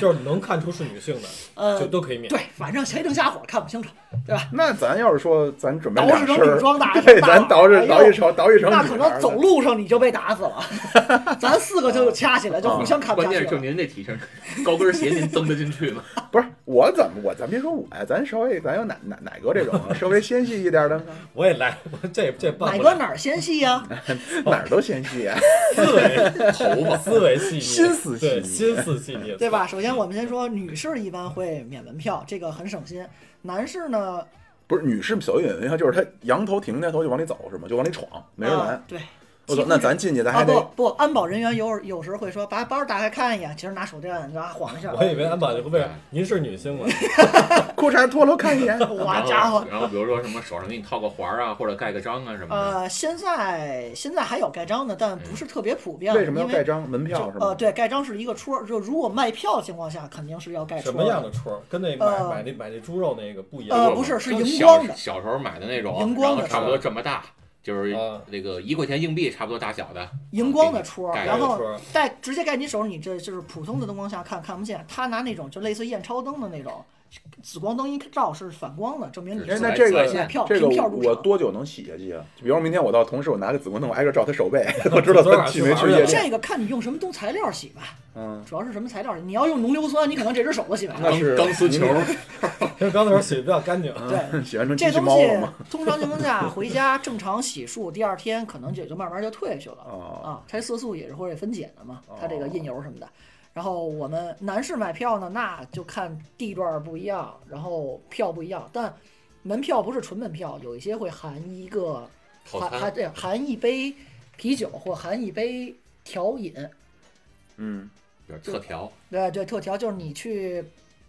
就是能看出是女性的，呃就，都可以免。对，反正谁灯瞎火看不清楚，对吧？那咱要是说咱准备捯俩饬身成儿女，装的， 对，大咱捯饬佬哎捯饬成捯饬成那女可孩能儿走路上你就被打死了， 咱四个就掐起来，就互相看不关下去键是就了。您这体型，高跟鞋您蹬得进去吗？不是我怎么我咱别说我呀，咱稍微咱有哪哪哪个这种 啊稍微纤细一点的，我也来，我这这办奶不哥了。哪儿纤细呀？哪儿都纤细啊。思维头发思维细腻，心思细腻对心思细 腻，对吧？？首先我们先说，女士一般会免门票，这个很省心。男士呢， 不是女士小心眼，她就是她扬头挺抬头就往里走是吗？就往里闯，没人拦啊。对，我操，那咱进去咱啊还不得不，安保人员有有时会说把包打开看一眼，其实拿手电然后啊晃一下。 我以 为安保就会问您是女性吗？裤衩脱了看一 眼。 哇然后家伙，然后比如说什么手上给你套个环儿啊，或者盖个章啊什么 的。呃，现在现在还有盖章的，但不是特别普遍。为什么要因盖？章？门票是呃，吗？对，盖章是一个戳儿，就如果卖票的情况下，肯定是要盖戳什儿。么样的戳儿？跟那买哎呃买那买那猪肉那个不一呃样。不是是就荧小光的小时候买的那种，荧光的然后差不多这么大，就是啊那个一块钱硬币差不多大小的荧光的戳儿，盖然个后戳儿戴直接盖你手上，你这就是普通的灯光下看看不见。他拿那种就类似验钞灯的那种紫光灯一照是反光的，证明你对哎，是那这紫外个线票这个哦凭票我入我场多久能洗下去啊？就比方明天我到同事，我拿个紫光灯，我挨个照他手背， 我知道 他去没去夜店。这个看你用什么东材料洗吧，嗯，主要是什么材料。你要用浓硫酸，你可能这只手都洗不了。那钢是钢丝 球，因为刚才我洗的比较干净，对，喜欢成机嗯这器东猫西了吗？ 通常情况下回家正常洗漱，第二天可能也就慢慢就退去了。哦，啊，它色素也是会分解的嘛，哦它这个印油什么的。然后我们男士买票呢，那就看地段儿不一样，然后票不一样，但门票不是纯门票，有一些会含一个套含餐含对含一杯啤酒或含一杯调饮，嗯，就是特调，对对，特调就是你去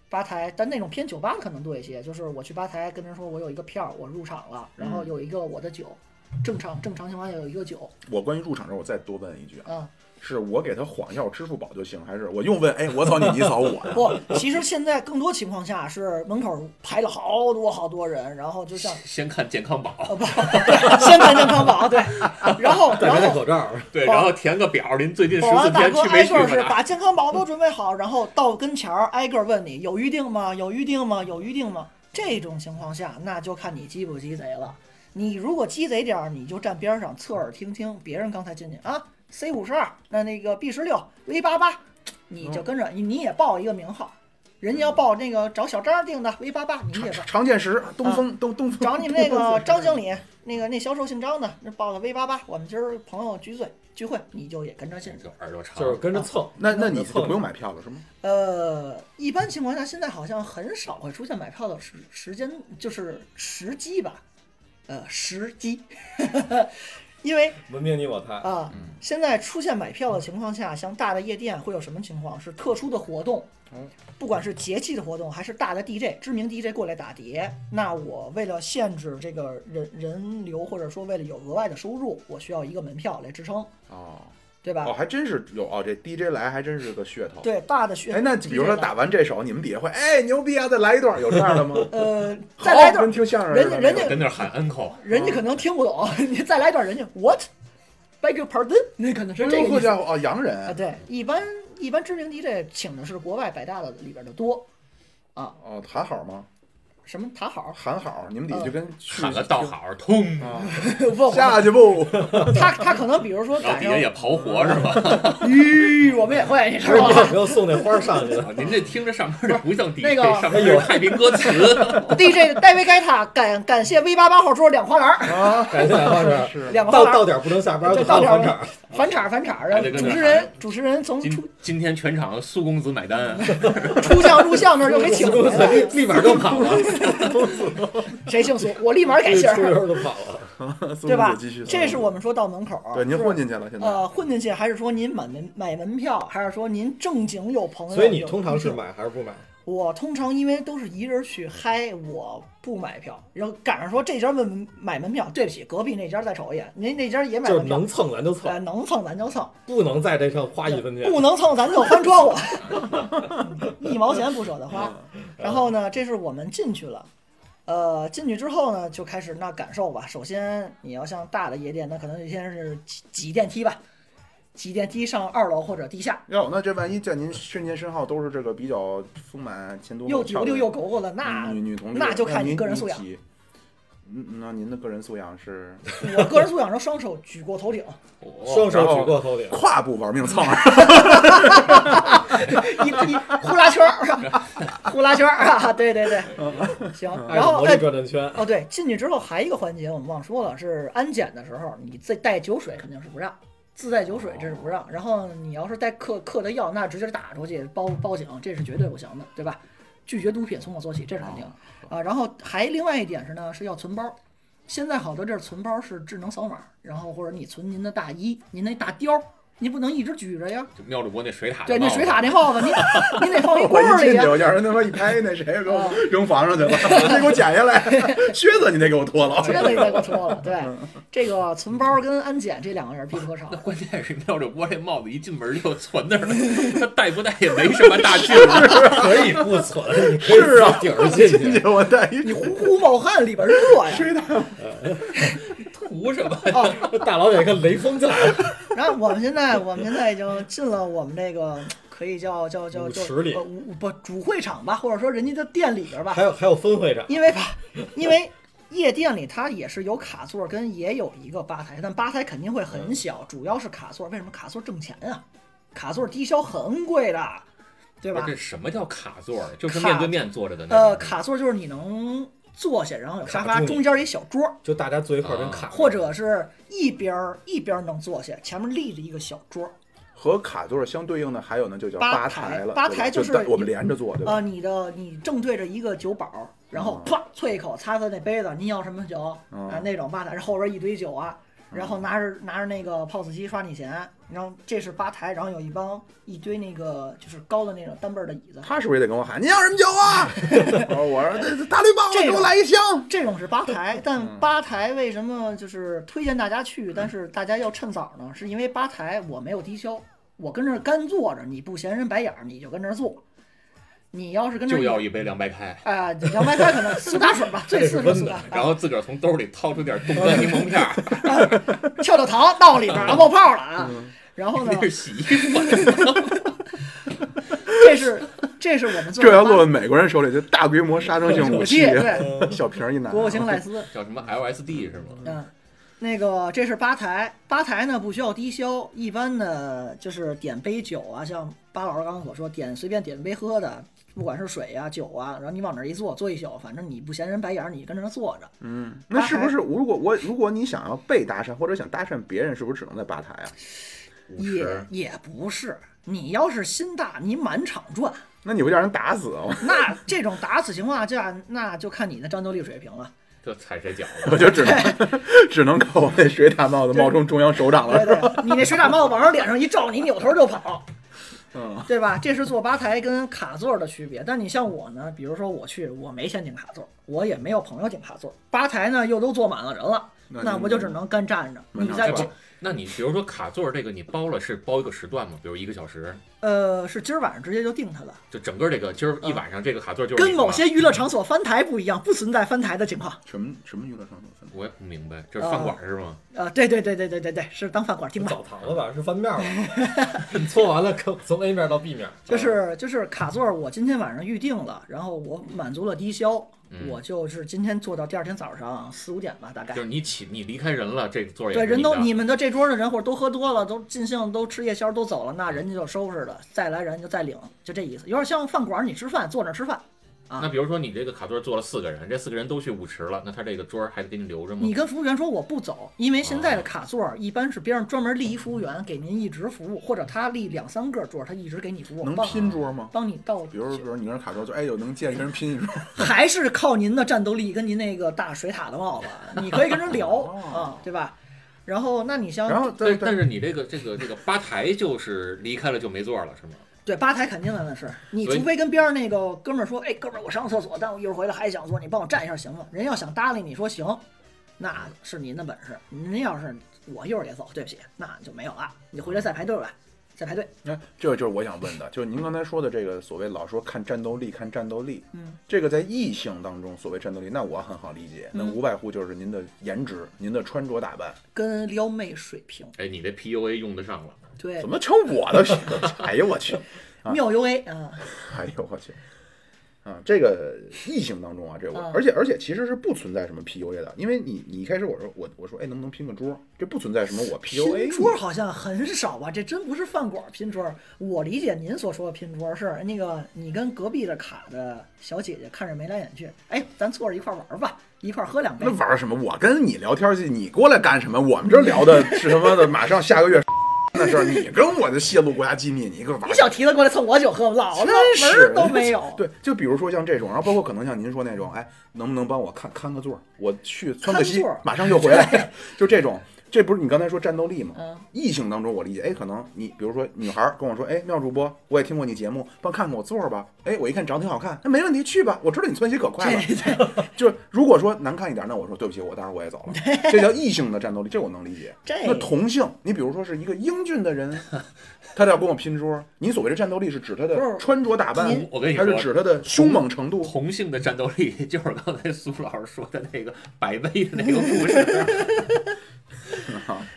吧台，但那种偏酒吧的可能多一些。就是我去吧台跟人说我有一个票，我入场了，然嗯后有一个我的酒，正常正常情况下有一个酒我关于入场这儿，我再多问一句啊，啊。是我给他晃一下我支付宝就行，还是我用问？哎，我扫你，你扫我 呀？不，其实现在更多情况下是门口排了好多好多人，然后就像先看健康宝，呃不， 对先看健康宝对，然 后戴然没戴后口罩？对，保然后填个表，您最近十保四安哦大天哥去没挨去个儿是吧？把健康宝都准备好，然后到跟前儿挨个儿问你有预定吗？有预定吗？有预定吗？这种情况下，那就看你鸡不鸡贼了。你如果鸡贼点儿，你就站边上侧耳听听别人刚才进去啊，C 五十二，那那个 B 十六，V 八八，你哦就跟着，你你也报一个名号，人家要报那个找小张订的 V 八八， 你也报。常见识，东风东东风，找你们那个张经理，那个那销售姓张的，那报个 V 八八，我们今儿朋友聚会聚会，你就也跟着进去。就耳朵长，就是跟着蹭。那那你就不用买票了是吗？呃，一般情况下，现在好像很少会出现买票的时时间，就是时机吧，呃，时机， 因为文明你我他啊、，嗯现在出现买票的情况下，像大的夜店会有什么情况？是特殊的活动，哦不管是节气的活动，还是大的 DJ 知名 DJ 过来打碟，那我为了限制这个人人流，或者说为了有额外的收入，我需要一个门票来支撑，哦对吧？哦，还真是有哦，这 DJ 来还真是个噱头。啊对，大的学哎，那比如说 DJ 来打完这首，你们底下会哎牛逼啊，再来一段，有这样的吗？ 呃，好 再来一段跟，听相声似的人家那种跟那儿喊 uncle，人家可能听不懂， 你再来一段，人家 what beg your pardon，那 可能是这哎呦个好意思家伙哦，洋啊。人对，一般一般知名 DJ 请的是国外百大的里边的多，哦，喊好吗？什么塔好， 喊好，你们底下就嗯跟去啊喊个道好，通，问我下去不？ 他他可能比如说然后赶底上下，也刨活是嗯吧？ 吁，我们也会，你不知是道你 吗有没有送那花儿上去的？ 您这听着上面就不像 DJ，那个上面就是太平歌词， ？DJ 戴维盖塔感感谢 V 八八号桌两花篮儿，啊，感谢 花儿。是两个花到篮到儿点儿不能下班，就就到到点儿房场。返场返场，还然得后跟主那持儿人主持人从出今今天全场苏公子 买单，出将入相那儿就给 请回来了， 立马就跑了，谁姓苏？我立马改这姓出 儿。溜就跑了。苏对吧姐继续，？这是我们说到门口，对您混进去了，现在、呃混进去，还是说您买门买门票，还是说您正经有朋友？所以你通常有是同事买还是不买？我通常因为都是一人去嗨，我不买票，然后赶上说这家问买门票，对不起，隔壁那家再瞅一眼，您那家也买就是门票，能蹭咱就呃蹭，能蹭咱就蹭，不能在这上花一分钱。不能蹭咱就翻窗户， 一毛钱不舍得嗯花。然后呢，这是我们进去了。呃，进去之后呢，就开始那感受吧。首先，你要像大的夜店，那可能就先是挤挤电梯吧，挤电梯上二楼或者地下，哟，那这万一在您瞬间身后都是这个比较丰满、前多又又挤溜又狗狗嗯的，那女女同志，那就看你您个人素养。您挤嗯，那您的个人素养 是嗯我个人素养是双手举过头顶，哦双手举过头顶，胯部玩 命蹭，一一呼啦圈儿， 呼啦圈儿啊，对对对，行。按然着后魔力哎，转转 圈。哦对，进去之后还一个环节我们忘说了，是安检的时候，你自带酒水肯定是不让，自带酒水这是不哦让。然后你要是带嗑嗑的药，那直接打出去报报警，这是绝对不行的，对吧？拒绝毒品从我做起，这是肯哦定的啊。然后还另外一点是呢，是要存包。现在好多地儿存包是智能扫码，然后或者你存您的大衣、您那大貂儿，您不能一直举着呀。就妙主播那水塔的对，那帽子水塔那帽子， 你你得放一啊我罐儿一进里去，啊哦呀。我让人他妈一拍，那谁给我扔房上去了？ 你得给我捡下来，靴子你得给我嗯脱了。这个你再给我脱了。对，这个存包跟安检这两个人必不可少那。 关键是妙主播这帽子一进门就存那儿了， 他戴不戴也没什么大 劲儿。可以不存，你可以是啊自己顶着进 进去。 去我带一你呼呼冒汗，里边热呀。图什么？哦，大老远跟雷锋就来了，然后我们现在，我们现在已经进了我们这个可以叫叫叫叫舞池里呃舞不主会场吧，或者说人家的店里边吧 还，有还有分会长，因为吧，因为夜店里它也是有卡座跟也有一个吧台，但吧台肯定会很小，主要是卡座。为什么卡座挣钱啊？卡座低消很贵的，对不吧哎是？这什么叫卡座儿？就是卡面对面坐着的那种。呃，卡座就是你能坐下，然后有沙卡发，住你中间一小桌，就大家坐一块儿跟卡，或者是一边儿一边儿能坐下，前面立着一个小桌。和卡座相对应的还有呢，就叫吧台台了。吧对台吧就是大我们连着坐，对吧？呃，你的你正对着一个酒保，然后啪啐一口，擦擦那杯子，您要什么酒嗯啊？那种吧台，后边一堆酒啊，然后拿着拿着那个 POS 机刷你钱，然后这是吧台，然后有一帮一堆那个就是高的那种单背儿的椅子，他是不是也得跟我喊？你要什么酒啊？ 我说这这大绿棒子，这给种我来一箱。这种是吧嗯台，但吧台为什么就是推荐大家去？但是大家要趁早呢，是因为吧台我没有低消，我跟这儿干坐着，你不嫌人白眼儿，你就跟这儿坐。你要是跟这儿就要一杯凉白开，啊，凉白开可能苏打 水吧，最次是苏打，然后自个儿从兜里掏出点冻干柠檬 片儿，跳跳糖到里边儿啊，冒泡了啊。然后呢 那，是洗衣服。这是这是我们做这的要落啊美国人手里，就大规模杀伤性武武器器，，对， 小瓶儿一拿。啊国务卿赖斯，叫什么 LSD 是吗？嗯，那个这是吧台，吧台呢不需要低消，一般呢就是点杯酒啊，像巴老师刚刚所说，点随便点杯喝的，不管是水啊、酒啊，然后你往那儿一坐，坐一宿，反正你不嫌人白眼儿，你跟那儿坐着。嗯，那是不是如果我如果你想要被搭讪或者想搭讪别人，是不是只能在吧台啊？也也不是，你要是心大，你满场转，那你会让人打死啊！那这种打死情况下，那就看你的战斗力水平了。就踩谁脚我就只能只能靠我那水獭帽子冒充中央首长对了。对，你那水獭帽子往人脸上一照，你扭头就跑，嗯，对吧？这是坐吧台跟卡座的区别。但你像我呢，比如说我去，我没钱订卡座，我也没有朋友订卡座，吧台呢又都坐满了人了，那那你我就只能干站着。满你场在转这了。那你比如说卡座这个，你包了是包一个时段吗？比如一个小时，呃，是今儿晚上直接就定它了，就整个这个今儿一晚上这个卡座就是跟你的吗某些娱乐场所翻台不一样，不存在翻台的情况。什么什么娱乐场所分我也不明白，这是饭馆是吗？呃，对对对对对对对，是当饭馆听吧。澡堂子吧，是翻面吧？ 你搓完了，可从 A 面到 B 面，就是就是卡座，我今天晚上预定了，然后我满足了低消，我就是今天坐到第二天早上四五点吧，大概嗯就。是你起你离开人了，这座也对，是人你的都你们的这桌的人或者都喝多了，都尽兴，都吃夜宵，都走了，那人家就收拾了，再来人就再领，就这意思，有点像饭馆儿你吃饭坐那儿吃饭，啊那比如说你这个卡座坐了四个人，这四个人都去舞池了，那他这个桌儿还得给你留着吗？嗯你跟服务员说我不走，因为现啊在的卡座儿一般是边上专门立一服务员给您一直服务，或者他立两三个桌儿，他一直给你服务，能帮拼桌吗？帮你倒酒。比如，比如你跟人卡桌，就哎有能见一个人拼一桌，还是靠您的战斗力跟您那个大水塔的帽子，你可以跟人聊啊，对吧？然后，那你像哦然后再但但是你这个这个这个吧台就是离开了就没座儿了是吗？对吧台肯定的那是，你所以除非跟边上那个哥们儿说，哎，哥们儿，我上个厕所，但我一会儿回来还想做，你帮我站一下行吗？人要想搭理你说行，那是您的本事。您要是我一会儿也走，对不起，那就没有了，你回来再排队吧，再排队。哎，这个就是我想问的，就是您刚才说的这个所谓老说看战斗力，看战斗力，嗯，这个在异性当中所谓战斗力，那我很好理解，那嗯无外乎就是您的颜值、您的穿着打扮，跟撩妹水平，哎，你这 PUA 用得上了，对怎，么成我的？ 哎呦我去，啊妙 UA 啊，哎呦我去。啊，这个异性当中啊，这我，嗯而且而且其实是不存在什么 PUA 的，因为你你一开始我说我我说哎能不能拼个桌，这不存在什么我 PUA 拼你桌好像很少吧？这真不是饭馆拼桌。我理解您所说的拼桌是那个你跟隔壁的卡的小姐姐看着眉来眼去，哎，咱坐着一块儿玩儿吧，一块儿喝两杯那。玩什么？我跟你聊天去，你过来干什么？我们这聊的是什么的？马上下个月 的事儿，你跟我就泄露国家机密，你给我玩你。小蹄子过来蹭我酒喝，老了真门是儿都没 有。对，就比如说像这种，然后包括可能像您说那种，哎，能不能帮我看看个座儿？我去川北看西座儿，马上就回来，就这种。这不是你刚才说战斗力吗？嗯异性当中我理解，哎，可能你比如说女孩儿跟我说，哎，妙主播，我也听过你节目，帮看看我座儿吧。哎，我一看长得挺好看，那没问题，去吧。我知道你窜稀可快了。 就是如果说难看一点，那我说对不起，我当时我也 走了。这叫异性的战斗力，这我能理解。这那同性，你比如说是一个英俊的 人，他要跟我拼桌，你所谓的战斗力是指他不是的穿着打扮您，我跟你还是说指他的凶猛程度？同性的战斗力 就是刚才苏老师说的那个百威的那个 故事，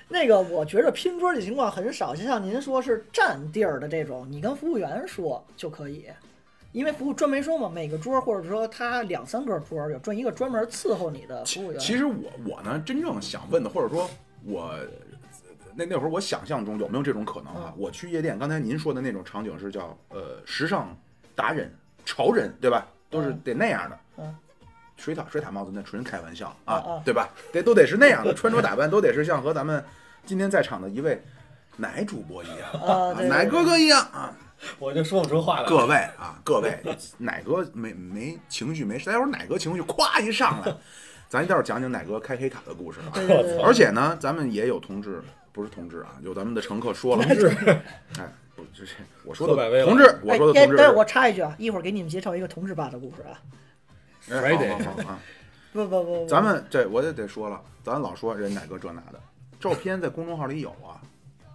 那个我觉着拼桌的情况很少，就像您说是占地儿的这种，你跟服务员说就可以，因为服务专门说嘛，每个桌或者说他两三个桌有专一个专门伺候你的服务员。其实我我呢，真正想问的，或者说我那那会儿我想象中有没有这种可能嗯啊？我去夜店，刚才您说的那种场景是叫呃时尚达人、潮人，对吧？都是嗯得那样的。嗯水塔水塔帽子那纯开玩笑啊，啊啊对吧？得都得是那样的，穿着打扮都得是像和咱们今天在场的一位奶主播一样，啊，对奶哥哥一样啊。我就说不出话来。各位啊，各位，奶哥没没情绪没事，待会儿奶哥情绪咵一上来，咱一道讲讲奶哥开黑卡的故事啊。对对对而且呢，咱们也有同志，不是同志啊，有咱们的乘客说了，同志，哎，不，这这我说说百威的了同志，我哎说，的哎同志但是我插一句啊，一会儿给你们介绍一个同志吧的故事啊。哎 Friday 好好好啊，不不不，不咱们这我也得说了，咱老说人奶哥这那的，照片在公众号里有啊，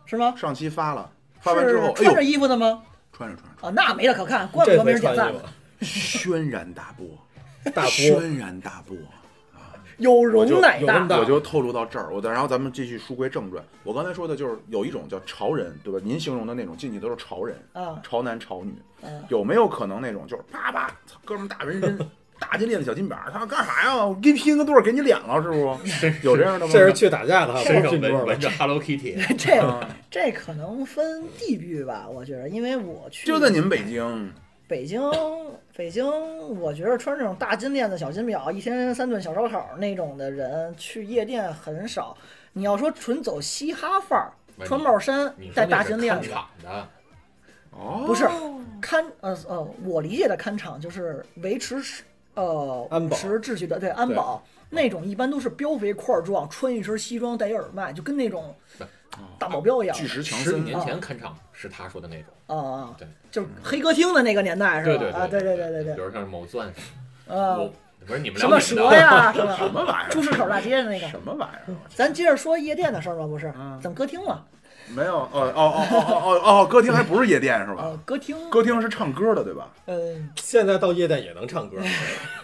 是吗？上期发了，发完之后，哎呦是穿着，衣服的吗？穿着穿着，啊，那没得可看，怪不这得没回人穿点赞衣呢。服， 轩然大波，大 波轩然大波。有我就容乃有大容大我就透露到这儿，我再然后咱们继续书归正传。我刚才说的就是有一种叫潮人，对吧？您形容的那种进去都是潮人，啊，潮男潮女，嗯有没有可能那种就是啪啪，操哥们儿大纹身，大金链子小金表儿，他说干啥呀？我给你拼个对儿，给你脸了是不？有这样的吗？这是去打架的，身不上是纹了纹。着 Hello Kitty， 这嗯这可能分地域吧，我觉得，因为我 去就在你们北京，北京，北京，我觉得穿这种大金链子、小金表，一天三顿小烧烤那种的人，去夜店很少。你要说纯走嘻哈范儿，喂穿帽衫你说带那大是金链看子，场的，哦，不是看呃呃，我理解的看场就是维持是呃安保舞池秩序的，对安保嗯那种一般都是膘肥块儿壮，穿一身西装，戴一耳麦，就跟那种大保镖一样巨石强十几森，啊年前看场是他说的那种，啊啊，对就是黑歌厅的那个年代是对吧？对啊，对对对对对比对，如像是某钻石，啊，我不是你们什聊么你蛇们的，呀，是吧？ 什么玩意朱儿？市口大街的那什个。么玩意儿？啊我去咱接着说夜店的事儿吧，不是嗯？怎么歌厅了？没有，哦哦哦哦哦哦，歌厅还不是夜店是吧呃？，歌厅，啊歌厅是唱歌的对吧？呃，现在到夜店也能唱歌，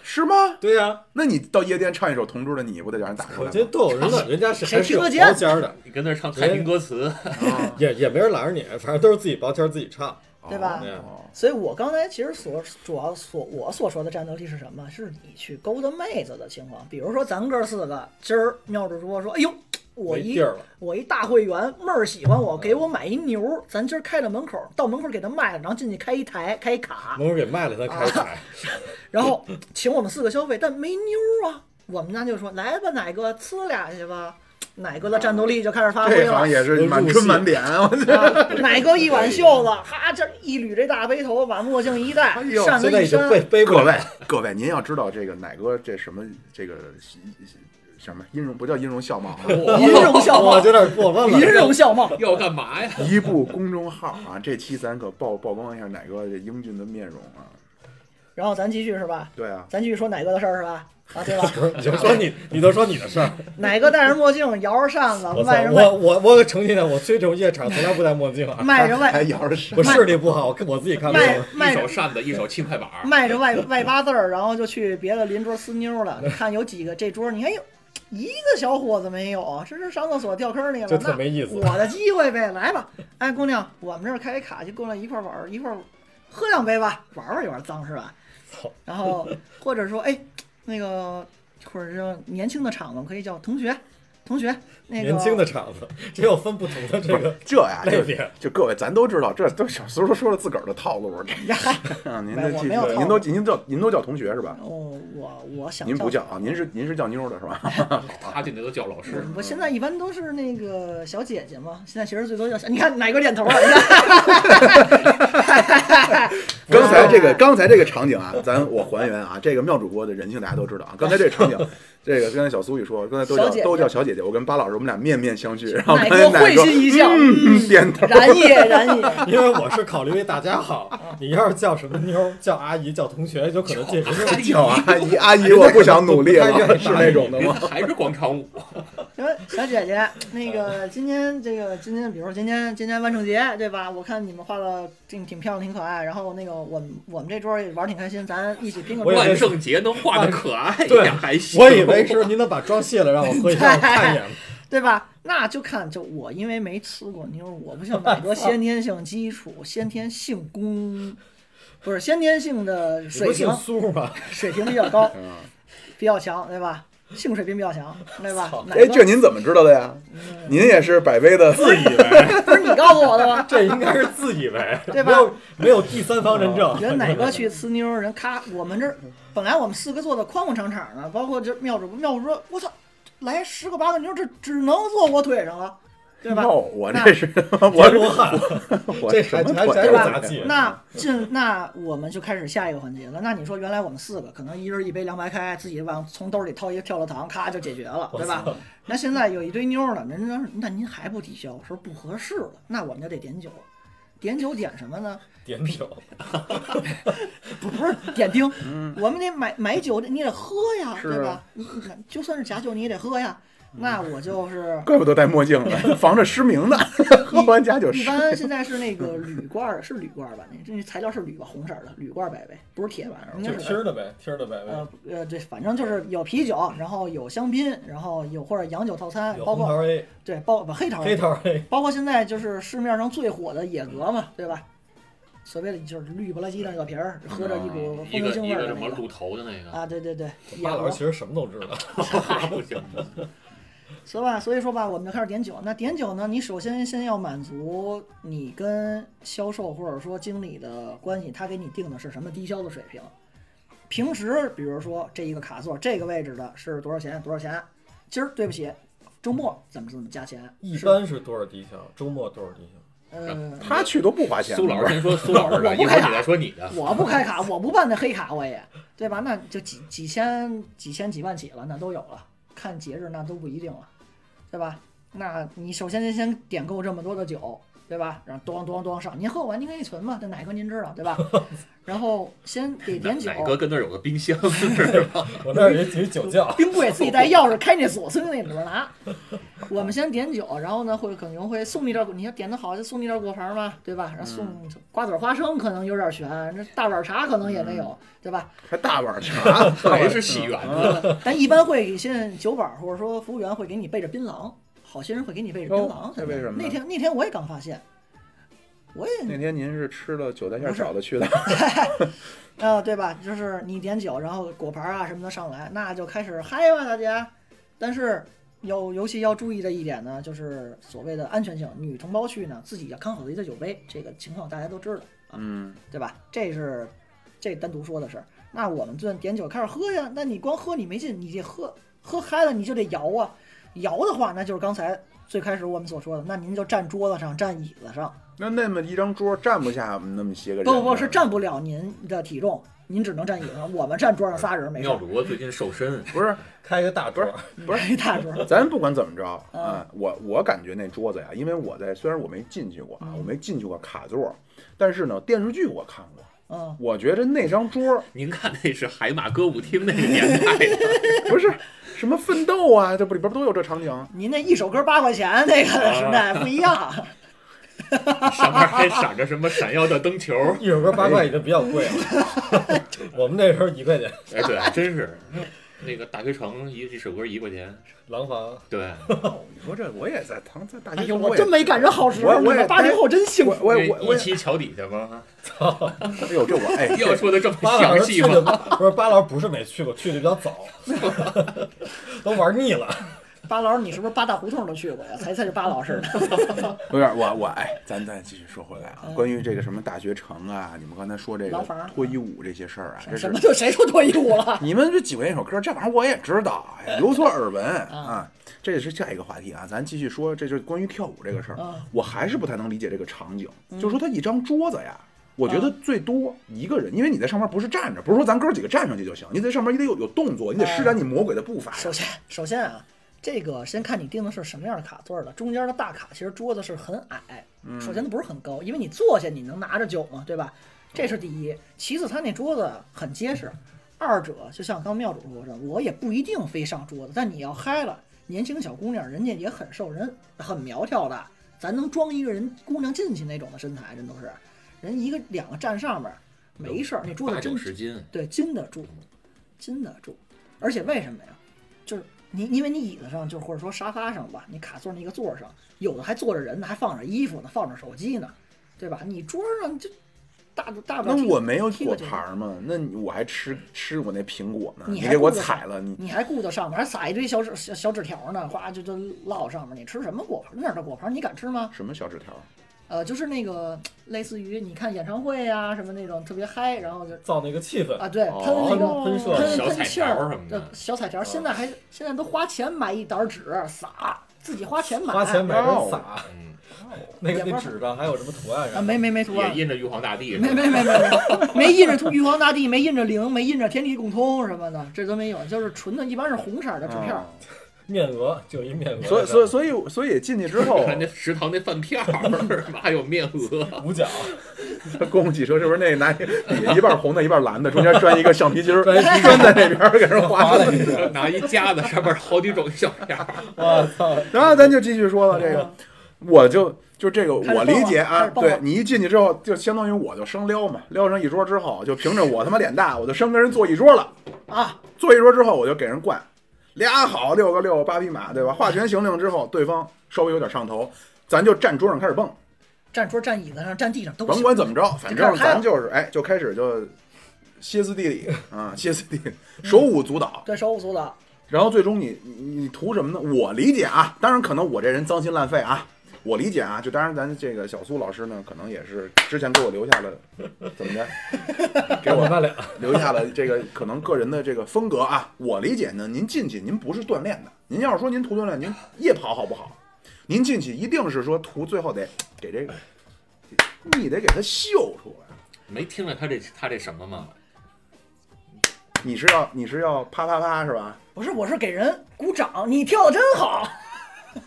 是吗？对呀，那你到夜店唱一首《同桌的你》，不得让人打出我 来觉得吗？都有人了，人家是谁还是有听得见包间儿的，你跟那儿唱太平歌词，啊也也没人拦着你，反正都是自己包间儿自己唱。对吧哦所以我刚才其实所主要所我所说的战斗力是什么？是你去勾搭妹子的情况。比如说咱哥四个，今儿妙主播说，哎呦，我没一地儿了，我一大会员，妹儿喜欢嗯我，给我买一牛儿，咱今儿开到门口，到门口给她卖了，然后进去开一台，开一卡，啊门口给卖了，他开台。然后请我们四个消费，但没妞儿啊。我们呢就说来吧，奶哥呲俩去吧，奶哥的战斗力就开始发挥这了行。也是满春满点，我操！啊奶哥一挽袖子，哈，这一捋这大背头，把墨镜一戴哎，呦扇子现在一已经扇，背背不各了位各位，您要知道这个奶哥这什么这个什么音容不叫音容笑貌啊，音容笑我貌，有点过问了。音容笑貌。 要干 嘛呀？ 一部公众号啊，这期咱可曝曝光一下奶哥这英俊的面容啊。然后咱继续是吧？对啊，咱继续说奶哥的事儿是吧？啊，对吧？你就说你，你就说你的事儿。奶哥戴着墨镜，摇着扇啊子，我操迈着，我外，我我可成天人，我去这种夜场从来不戴墨镜啊。迈着还外，摇着扇我，视力不好，我我自己看不迈见。一迈手着扇子，一手气快板儿，迈着外外八字儿，然后就去别的邻桌撕妞了。你看有几个这桌，你看有一个小伙子没有，这是上厕所掉坑里了，就特那没意思我的机会呗，来吧，哎，姑娘，我们这儿开一卡去，过来一块儿玩儿，一块儿喝两杯吧，玩玩有点脏是吧？操！然 后或者说，哎，那个或者说年轻的场子可以叫同学，同学，那个年轻的场子，这又分不同的这不是个。这 呀，类就别就各位咱都知道，这都小苏说说了自个儿的套路，这 呀嗨， 啊您没这我记没有套路您都您都叫您都叫同学是吧？哦，我我想您不叫叫啊？您是您是叫妞的是吧？他这那都叫老师。嗯我现在一般都是那个小姐姐嘛，现在其实最多叫小，你看哪个点头了？你看，刚才这个刚才这个场景啊，咱我还原啊，这个妙主播的人性大家都知道啊。刚才这个场景，这个刚才小苏一说，刚才都小姐叫姐都叫小姐姐，我跟巴老师我们俩面面相觑，然后奶刚哥才奶会哥心一笑嗯点头，然也然也，因为我是考虑为大家好，你要是叫什么妞儿，叫阿姨，叫同学，有可能这人就叫阿姨阿姨，我不想努力了，是那种的人啊吗？还是广场舞，说小姐姐，那个今天这个今天，比如说今天今天万圣节对吧？我看你们画的挺挺漂亮，挺可爱。然后那个我们我们这桌也玩儿挺开心，咱一起拼个我也桌。万圣节能画的可爱一对点还行。我以为是您能把妆卸了让我回去让我看一眼。对吧？那就看就我，因为没吃过妞，我不像哪个先天性基础、先天性功，不是先天性的你不水姓平苏吗？水平比较高，嗯比较强，对吧？性水平比较强，对吧？哪哎，个这您怎么知道的呀？您也是百威的，自以为，不是你告诉我的吗？ 这应该是自以为， 对吧哦没有没有第三方认 证。人哪个去呲妞儿，人咔，我们这儿本来我们四个坐的宽宽敞敞的，包括这妙主妙主说，我操，来十个八个妞儿，这只能坐我腿上了，对吧？哦，我这是我别罗汉，我这什么还还还鬼是啊杂技。 那这那我们就开始下一个环节了。那你说原来我们四个可能一人一杯凉白开，自己往从兜里掏一个跳跳糖，咔就解决了，对吧？那现在有一堆妞儿了，人家说那您还不抵消，说不合适了，那我们就得点酒。点酒点什么呢？ 点酒，不不是点丁，我们得买买酒，你得喝呀，是啊嗯对吧？你你就算是假酒，你也得喝呀。那我就是怪不得戴墨镜呢，防着失明呢。喝完假酒一失，般现在是那个铝罐儿，是铝罐儿吧？那那材料是铝吧，红色儿的铝罐儿百威，不是铁板，应就该听是。儿的呗，听儿的呗。呃呃，对，反正就是有啤酒，然后有香槟，然后有或者洋酒套餐，有包红括嗯桃 A，对包不黑桃儿，黑桃 A，包括现在就是市面上最火的野格嘛，对吧？所谓的就是绿不拉几的那个皮儿，喝着一股风一味个性嗯味一儿个的什那么个鹿头的那个，啊，对对对，野巴老格师其实什么都知道。啊 不 行，所以吧，所以说吧，我们就开始点酒。那点酒呢，你首先先要满足你跟销售或者说经理的关系，他给你定的是什么低消的水平。平时比如说这一个卡座这个位置的是多少钱？多少钱？今儿对不起，周末怎么怎么加钱？一是般是多少低消？周末多少低消？呃，他去都不花钱。苏老师先说苏老师啊的，一会儿你再说你的。 我不开卡，我不办那黑卡，我也对吧？那就几几千、几千、几万起了，那都有了。看节日那都不一定了，对吧？那你首先先点购这么多的酒，对吧？然后咣咣咣上，您喝完您可以存嘛，这奶哥您知道对 吧？然后先得哪点酒，哪哥跟那儿有个冰箱 是吧？我那儿有一酒窖，冰柜自己带钥匙开那锁，从那里边拿。我们先点酒，然后呢会可能会送你点儿，你要点的好就送你点儿果盘嘛，对吧？然后送嗯瓜子儿花生可能有点悬，那大碗茶可能也没嗯有，对吧？还大碗茶，还是喜啊源嗯的，但一般会现在酒保或者说服务员会给你备着槟榔，好些人会给你备着槟榔哦。这为什么呢那天那天我也刚发现，我也那天您是吃了韭菜馅不是饺子 去的，啊、对吧？就是你点酒，然后果盘啊什么的上来，那就开始嗨吧大家。但是有尤其要注意的一点呢，就是所谓的安全性，女同胞去呢自己要看好自己的酒杯，这个情况大家都知道啊，嗯，对吧？这是这单独说的事儿。那我们就点酒开始喝呀，那你光喝你没劲，你这喝喝嗨了你就得摇啊，摇的话那就是刚才最开始我们所说的，那您就站桌子上，站椅子上，那那么一张桌站不下那么些个人，不不不是，站不了您的体重，您只能站椅子上，我们站桌上仨人没事妙儿，主播啊最近瘦身，不是，开个大桌儿，不是没大桌。咱不管怎么着嗯啊，我我感觉那桌子呀，因为我在虽然我没进去过啊，嗯我没进去过卡座，但是呢电视剧我看过， 嗯，我觉着那张 桌您看那是海马歌舞厅那个年代的，不是什么奋斗啊，这不里边都有这场景。您那一首歌八块钱那个时代不一样，上面还闪着什么闪耀的灯球儿，一首歌八块已经比较 贵了，我们那时候一块钱。哎，对，还真是。那个大学城一一首歌一块钱，廊坊 对，你说这我也在唐在大哎学呦，生，我哎真没赶上好时我候，你我也们八零后真幸我福。我因也为我我也，一期桥底下吗？哎呦这 我哎， 要说的这么巴老详师细去吗的？不是巴老师不是没去过，去的比较早， 都玩腻了。八老师，你是不是八大胡同都去过呀？才才是八老师 呢。不是我我哎，咱再继续说回来啊，嗯关于这个什么大学城啊，你们刚才说这廊个坊脱衣舞这些事儿啊，这什是么就谁说脱衣舞了？你们这几位一首歌，这玩意儿我也知道，哎有所耳闻啊。这也是下一个话题啊，咱继续说，这就是关于跳舞这个事儿嗯，我还是不太能理解这个场景，就是说他一张桌子呀。我觉得最多一个人，因为你在上面不是站着，不是说咱哥几个站上去就行，你在上面你得有有动作，你得施展你魔鬼的步伐。首先，首先啊，这个先看你定的是什么样的卡座了。中间的大卡其实桌子是很矮，嗯首先它不是很高，因为你坐下你能拿着酒嘛，对吧？嗯这是第一。其次，它那桌子很结实。二者就像刚妙主说的，我也不一定非上桌子，但你要嗨了，年轻小姑娘人家也很瘦，人很苗条的，咱能装一个人姑娘进去那种的身材，真都是，人一个两个站上面没事儿，那桌八子真九十斤，对，禁得住，禁得住。而且为什么呀？就是你，因为你椅子上，就是或者说沙发上吧，你卡座那个座儿上，有的还坐着人呢，还放着衣服呢，放着手机呢，对吧？你桌上就大不大不了那踢我没有踢果个球盘儿嘛，那你我还吃吃我那苹果呢，你你还给我顾得踩上了，你你还顾得上面，还撒一堆小纸小小纸条呢，哗就就落上面。你吃什么果盘？那儿的果盘你敢吃吗？什么小纸条？呃，就是那个类似于你看演唱会呀、什么那种特别嗨，然后就造那个气 氛，啊对哦喷那个喷射喷小喷彩气儿条什么的这小彩条现在还现在都花钱买一沓纸撒，自己花钱买，花钱买哦人撒，嗯，那个那纸上还有什么图案啊，啥的？没没没图案也，印着玉皇大帝是吧，没没没没没，没印着玉皇大帝，没印着灵，没印着天地共通什么的，这都没有，就是纯的，一般是红色的纸哦片儿。面额就一面额，所以所以所以所以进去之后，看那食堂那饭票 儿，妈还有面额，五角，公共汽车是不是那拿一一半红的，一半蓝的，中间拴一个橡皮筋儿，专一拴在那边儿给人划划了了。一下，拿一夹子，上面好几种小票儿，我操！然后咱就继续说了这个， 我就就这个开始我理解蹦了开啊，始蹦了对你一进去之后，就相当于我就生撩嘛，撩上一桌之后，就凭着我他妈脸大，我就生跟人坐一桌了啊，坐一桌之后我就给人灌，俩好六个六八匹马，对吧？化权行令之后，对方稍微有点上头，咱就站桌上开始蹦，站桌、站椅子上、站地上都甭行。管怎么着，反正就开始嗨咱了就是哎，就开始就歇斯底里啊，歇斯底里，手舞足蹈。对手舞足蹈，然后最终你你你图什么呢？我理解啊，当然可能我这人脏心烂肺啊，我理解啊。就当然咱这个小苏老师呢，可能也是之前给我留下了怎么着，给干他我妈脸，留下了这个可能个人的这个风格啊。我理解呢，您进去您不是锻炼的，您要是说您图锻炼，您夜跑好不好？您进去一定是说图最后得给这个，你得给它秀出来。 没听着他这他这什么吗？你是要你是要啪啪啪是吧？不是，我是给人鼓掌，你跳的真好。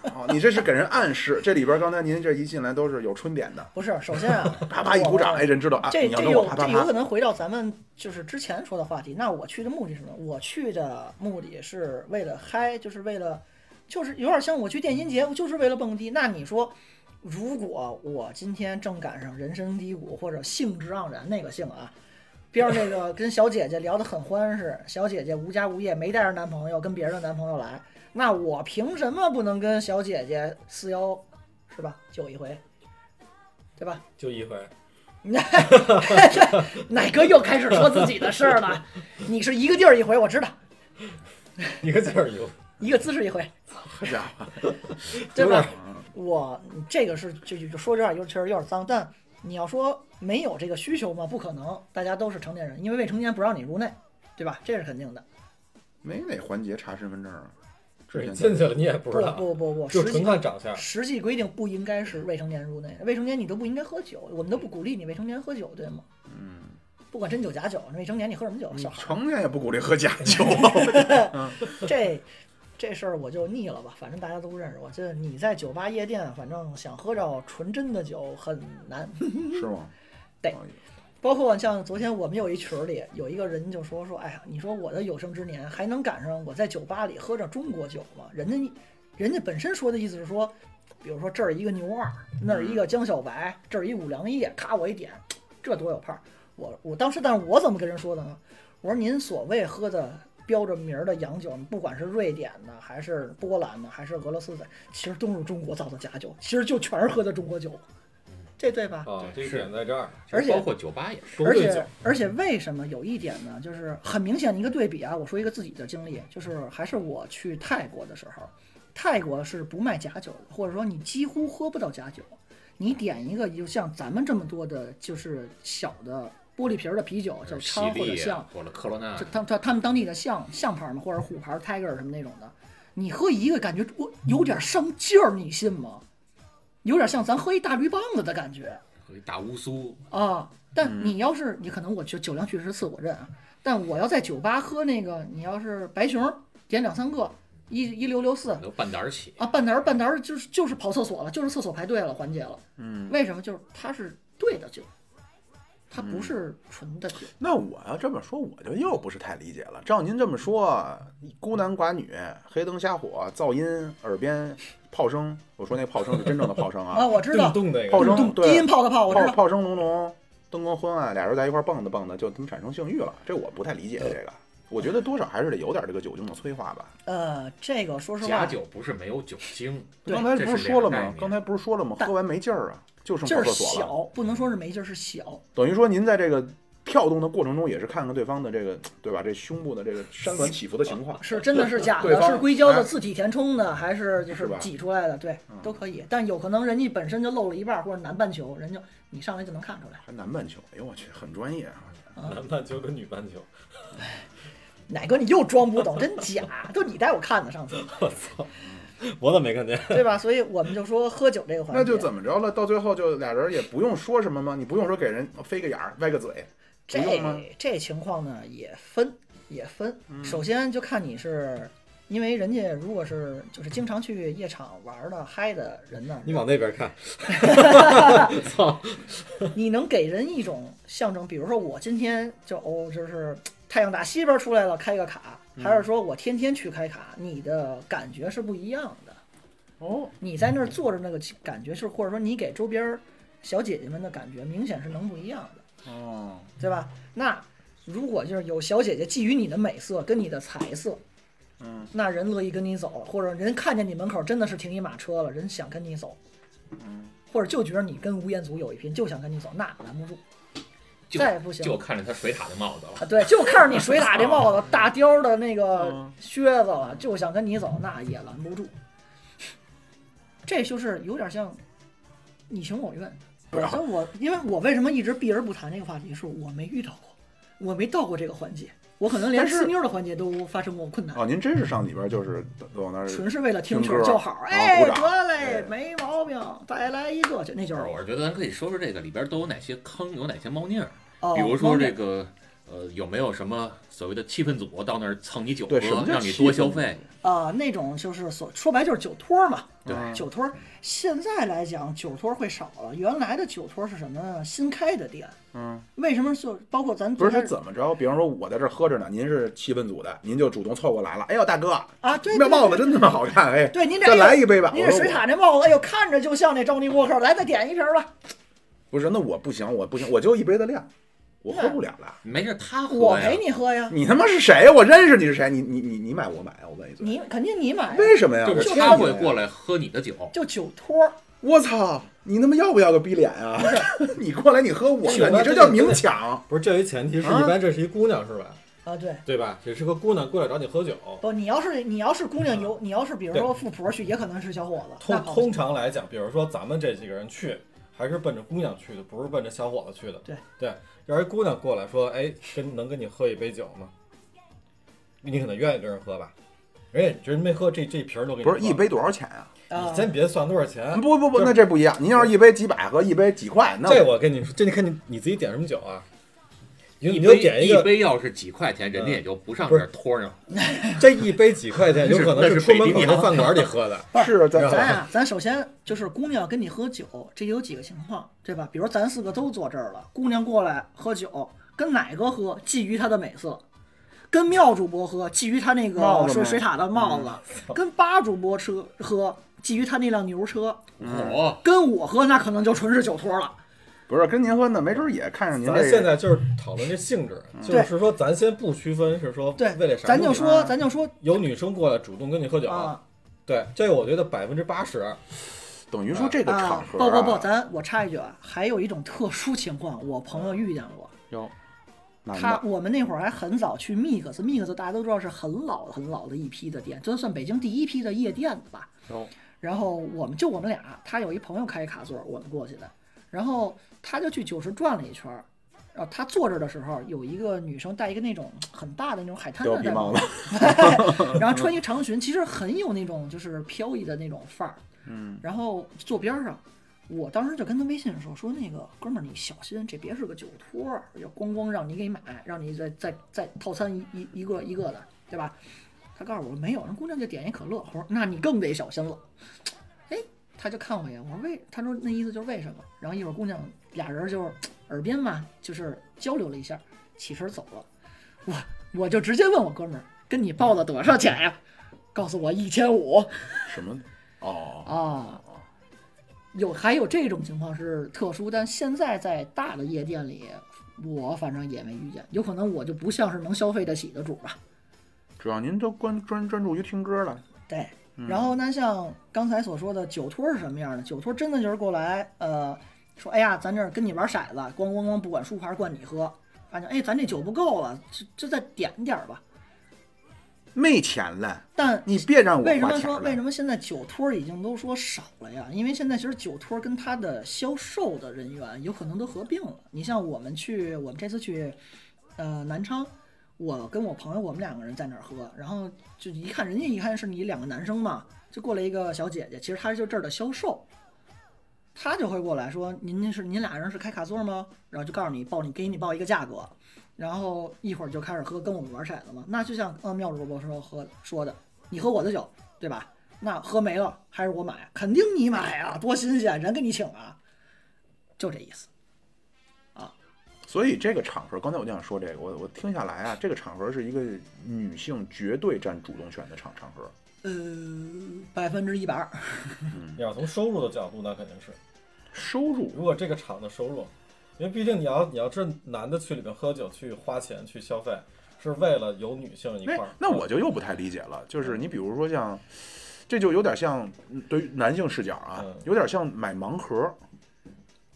哦，你这是给人暗示，这里边刚才您这一进来都是有春点的，，不是，首先啊啪啪一鼓掌，我哎，人知道啊，这你要这跟我有啪啪这有可啪。能回到咱们就是之前说的话题。那我去的目的是什么？我去的目的是为了嗨，就是为了，就是有点像我去电音节，我就是为了蹦迪。那你说，如果我今天正赶上人生低谷或者兴致盎然那个兴啊，边儿 那个跟小姐姐聊得很欢实，小姐姐无家无业，没带着男朋友，跟别人的男朋友来，那我凭什么不能跟小姐姐四幺，是吧？就一回，对吧？就一回。奶哥又开始说自己的事儿了。 你是一个地儿一回，我知道，一个劲儿有，一个姿势一回，好家伙，对有点吧？我这个是就就就说这样，有确实有点脏，但你要说没有这个需求吗？不可能，大家都是成年人，因为未成年不让你入内，对吧？这是肯定的。没哪环节查身份证啊？之你前进去了你也不不知道，不不不，就实际纯看长相。实际规定不应该是未成年入内，未成年你都不应该喝酒，我们都不鼓励你未成年喝酒，对吗？嗯，不管真酒假酒，未成年你喝什么酒？小孩儿成年也不鼓励喝假酒。这这事儿我就腻了吧，反正大家都认识我。就是你在酒吧夜店，反正想喝着纯真的酒很难。是吗？对哦包括像昨天我们有一群儿里有一个人就说说，哎呀，你说我的有生之年还能赶上我在酒吧里喝着中国酒吗？人家人家本身说的意思是说，比如说这儿一个牛二，那儿一个江小白，这儿一五粮液，咔我一点，这多有派儿！我我当时，但是我怎么跟人说的呢？我说您所谓喝的标着名儿的洋酒，不管是瑞典的，还是波兰的，还是俄罗斯的，其实都是中国造的假酒，其实就全是喝的中国酒，这对吧？啊，这对个是点在这儿，而且包括酒吧也是，勾而兑酒且而且为什么有一点呢？就是很明显的一个对比啊。我说一个自己的经历，就是还是我去泰国的时候，泰国是不卖假酒的，或者说你几乎喝不到假酒。你点一个就像咱们这么多的，就是小的玻璃瓶儿的啤酒，叫喜昌或者力象，啊或者科罗娜就，他他他们当地的象象牌嘛，或者虎牌 Tiger 什么那种的，你喝一个感觉我有点上劲儿，你信吗？有点像咱喝一大绿棒子的感觉。和一大乌苏，啊，嗯但你要是你可能我去酒量去十次我认啊，但我要在酒吧喝那个，你要是白熊点两三个，一一六六四可能半打儿起。啊，半坛儿半坛儿就是就是跑厕所了，就是厕所排队了环节了。嗯，为什么？就是它是对的酒，它嗯不是纯的酒。那我要这么说，我就又不是太理解了。照您这么说，孤男寡女、黑灯瞎火、噪音、耳边炮声，我说那炮声是真正的炮声啊，啊，我知道，动那个炮声咚咚对低音炮的炮，我知炮道。炮声隆隆，灯光昏暗，俩人在一块儿蹦跶蹦跶，就他们产生性欲了。这我不太理解这个，我觉得多少还是得有点这个酒精的催化吧。呃，这个说实假话，酒不是没有酒精，对刚才这不是说了两概吗？念刚才不是说了吗？但喝完没劲儿啊，就剩劲跑儿厕所了。小，不能说是没劲儿，是小。等于说您在这个跳动的过程中，也是看看对方的这个，对吧？这胸部的这个山峦起伏的情况。是真的是假对的，方是硅胶哎的自体填充的，还是就是是吧挤出来的？对嗯，都可以。但有可能人家本身就露了一半儿，或者南半球，人就你上来就能看出来还南半球，哎呦我去，很专业啊！啊。男半球跟女半球，奶哥，你又装不懂，真假，都你带我看的上次，我怎么没看见？对吧？所以我们就说喝酒这个环节，那就怎么着了？到最后就俩人也不用说什么吗？你不用说给人飞个眼儿、歪个嘴，不用嗯吗？这这情况呢也分也分，首先就看你是。因为人家如果是就是经常去夜场玩儿的嗨的人呢，你往那边看，你能给人一种象征，比如说我今天就哦，就是太阳打西边出来了，开个卡，还是说我天天去开卡，你的感觉是不一样的。哦，你在那儿坐着那个感觉是，或者说你给周边儿小姐姐们的感觉，明显是能不一样的。哦，对吧？那如果就是有小姐姐觊觎你的美色跟你的财色，嗯，那人乐意跟你走，或者人看见你门口真的是停一马车了，人想跟你走，嗯，或者就觉得你跟吴彦祖有一拼，就想跟你走，那拦不住就再也不行就看着他水獭的帽子啊！了，对，就看着你水獭这 帽子、大貂的那个啊嗯靴子了，就想跟你走，那也拦不住。这就是有点像你情我愿。我跟我，因为我为什么一直避而不谈这个话题，是我没遇到过，我没到过这个环节，我可能连但是私妞的环节都发生过困难，哦，您真是上里边就是往那儿纯是为了听听球歌叫好，啊哎，鼓掌得哎嘞，没毛病，再来一个，就那就是我是觉得咱可以说说这个里边都有哪些坑，有哪些猫腻儿，哦，比如说这个个呃有没有什么所谓的气氛组到那儿蹭你酒喝，对什么叫让你气多氛消组费，啊，那种就是所说白就是酒托嘛，对嗯酒托儿现在来讲，酒托儿会少了。原来的酒托儿是什么呢？新开的店，嗯，为什么就包括咱不昨是天是怎么着？比方说我在这儿喝着呢，您是气氛组的，您就主动凑过来了。哎呦，大哥，啊？对，那对帽子真他妈好看，哎，对，对您这再来一杯吧。您我这说水我獭这帽子，哎呦，看着就像那珍妮沃克，来，再点一瓶吧。不是，那我不行，我不行，我就一杯的量，我喝不了了。没事他我喝呀陪，你喝呀，你他妈是谁呀？我认识你是谁？你你你你买我买啊？我问一嘴，你肯定你买呀，为什么呀？就是我他欠会你过来喝你的酒，就酒托儿。我操，你他妈要不要个逼脸啊？ 你过来你喝我是的，你这叫明抢。不是这有一前提是，啊一般这是一姑娘是吧？啊，对。对吧？这是个姑娘过来找你喝酒，不，你要是你要是姑娘嗯有，你要是比如说富婆去，也可能是小伙子。那通好通常来讲，比如说咱们这几个人去，还是奔着姑娘去的，不是奔着小伙子去的。对对，要是姑娘过来说，哎，跟能跟你喝一杯酒吗？你可能愿意跟人喝吧，人家真没喝这这瓶儿都给你 不是喝一杯多少钱啊？啊你，先别算多少钱，嗯不不不，就是那这不一样。您要是一杯几百和一杯几块，那这我跟你说，这你看你你自己点什么酒啊？你就你就一杯点一个，杯要是几块钱，人家也就不上不这是儿托上。这一杯几块 钱，有可能那是出门北口冰啊那洋饭馆里 喝的。是咱咱啊呀，咱首先就是姑娘跟你喝酒，这有几个情况，对吧？比如咱四个都坐这儿了，姑娘过来喝酒，跟哪个喝觊觎她的美色，跟妙主播喝觊觎她那帽个子水吗水塔的帽子，嗯 跟八主播车喝觊觎她那辆牛车，哦，跟我喝那可能就纯是酒托了。不是跟您喝呢，没准也看上您咱这现个。在就是讨论这性质，就是说咱先不区分，是说嗯对为了，啥咱目的？就说咱就说有女生过来主动跟你喝酒，啊对这个我觉得百分之八十等于说这个场啊，合、不不不，咱我插一句啊，还有一种特殊情况，我朋友遇见过。哟，男他的我们那会儿还很早去 Mix，Mix 大家都知道是很老很老的一批的店，这算北京第一批的夜店了吧。哟，然后我们就我们俩，他有一朋友开卡座，我们过去的，然后他就去酒池转了一圈儿。然后他坐这儿的时候，有一个女生戴一个那种很大的那种海滩貂的皮那帽种，子，对然后穿一个长裙，其实很有那种就是飘逸的那种范儿。嗯，然后坐边儿上，我当时就跟他微信说说那个哥们儿，你小心，这别是个酒托儿，要咣咣让你给买，让你再再再套餐一一一个一个的，对吧？他告诉我没有，人姑娘就点一可乐，我说那你更得小心了。哎，他就看我一眼，我说为，他说那意思就是为什么？然后一会儿姑娘俩人就是耳边嘛，就是交流了一下，起身走了。我我就直接问我哥们儿，跟你报了多少钱呀？告诉我一千五。 什么？哦，啊，有还有这种情况是特殊，但现在在大的夜店里，我反正也没遇见，有可能我就不像是能消费得起的主吧。主要您都关专专注于听歌了。对，然后那像刚才所说的酒托是什么样的？酒托真的就是过来，呃，说哎呀，咱这儿跟你玩骰子，咣咣咣，不管输牌，灌你喝，发现哎，咱这酒不够了，这这再点点儿吧。没钱了，但你别让我为什花么钱说了。为什么现在酒托儿已经都说少了呀？因为现在其实酒托儿跟它的销售的人员有可能都合并了。你像我们去，我们这次去，呃，南昌，我跟我朋友我们两个人在那儿喝，然后就一看人家一看是你两个男生嘛，就过来一个小姐姐，其实她就这儿的销售，她就会过来说您您是您俩人是开卡座吗？然后就告诉你报你给你报一个价格。然后一会儿就开始喝，跟我们玩骰子嘛。那就像呃妙主播说喝说的，你喝我的酒，对吧？那喝没了还是我买，肯定你买啊，多新鲜，人给你请啊，就这意思。所以这个场合，刚才我就想说这个，我我听下来啊，这个场合是一个女性绝对占主动权的场场合。呃，百分之一百二，你要从收入的角度，那肯定是。收入如果这个厂的收入，因为毕竟你要你要这男的去里面喝酒去花钱去消费，是为了有女性一块那儿。那我就又不太理解了，就是你比如说像，这就有点像嗯对于男性视角啊嗯，有点像买盲盒，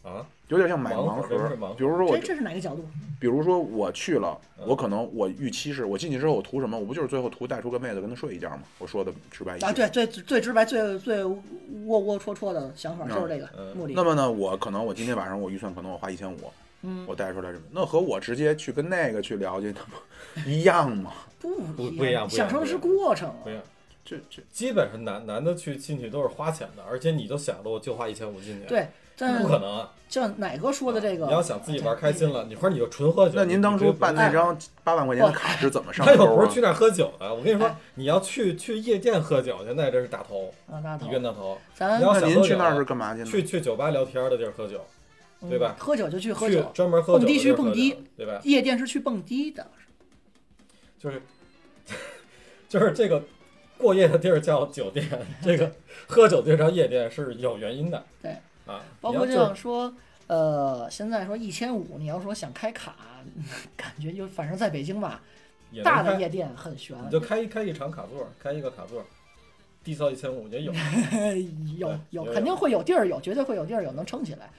啊，有点像买盲盒盒真是盲盒。比如说我这，这是哪个角度？比如说我去了，嗯我可能我预期是我进去之后我图什么，我不就是最后图带出个妹子跟她睡一觉吗？我说的直白一些。啊，对，最最直白、最最窝窝戳戳的想法就是这个嗯目的。那么呢，我可能我今天晚上我预算可能我花一千五，嗯，我带出来什么？那和我直接去跟那个去聊去，那不一样吗？不不不一样不一样享受的是过程啊。不是，这这基本上男男的去进去都是花钱的，而且你都想着我就花一千五进去，，对，但不可能啊。像奶哥说的这个，你要想自己玩开心了，你或者你就纯喝酒。那您当初办那张。张八万块钱的卡是怎么上他又钩不啊是去？那儿喝酒的，我跟你说哎，你要去去夜店喝酒，现在这是大头，啊，那一头冤大头。咱你要那想您喝去酒那儿是干嘛去呢？去去酒吧聊天的地儿喝酒，嗯对吧喝酒就去喝去酒，专门喝酒的蹦迪地儿去喝蹦迪酒，对吧？夜店是去蹦迪的，就是 就是这个过夜的地儿叫酒店，这个喝酒地儿叫夜店是有原因的。对啊，包你要括就像说，呃，现在说一千五，你要说想开卡， 感觉就反正在北京吧，也能大的开夜店很悬，你就开一开一场卡座，开一个卡座，低消一千五也有。有有有肯定会有地儿有，绝对会有地儿有能撑起来。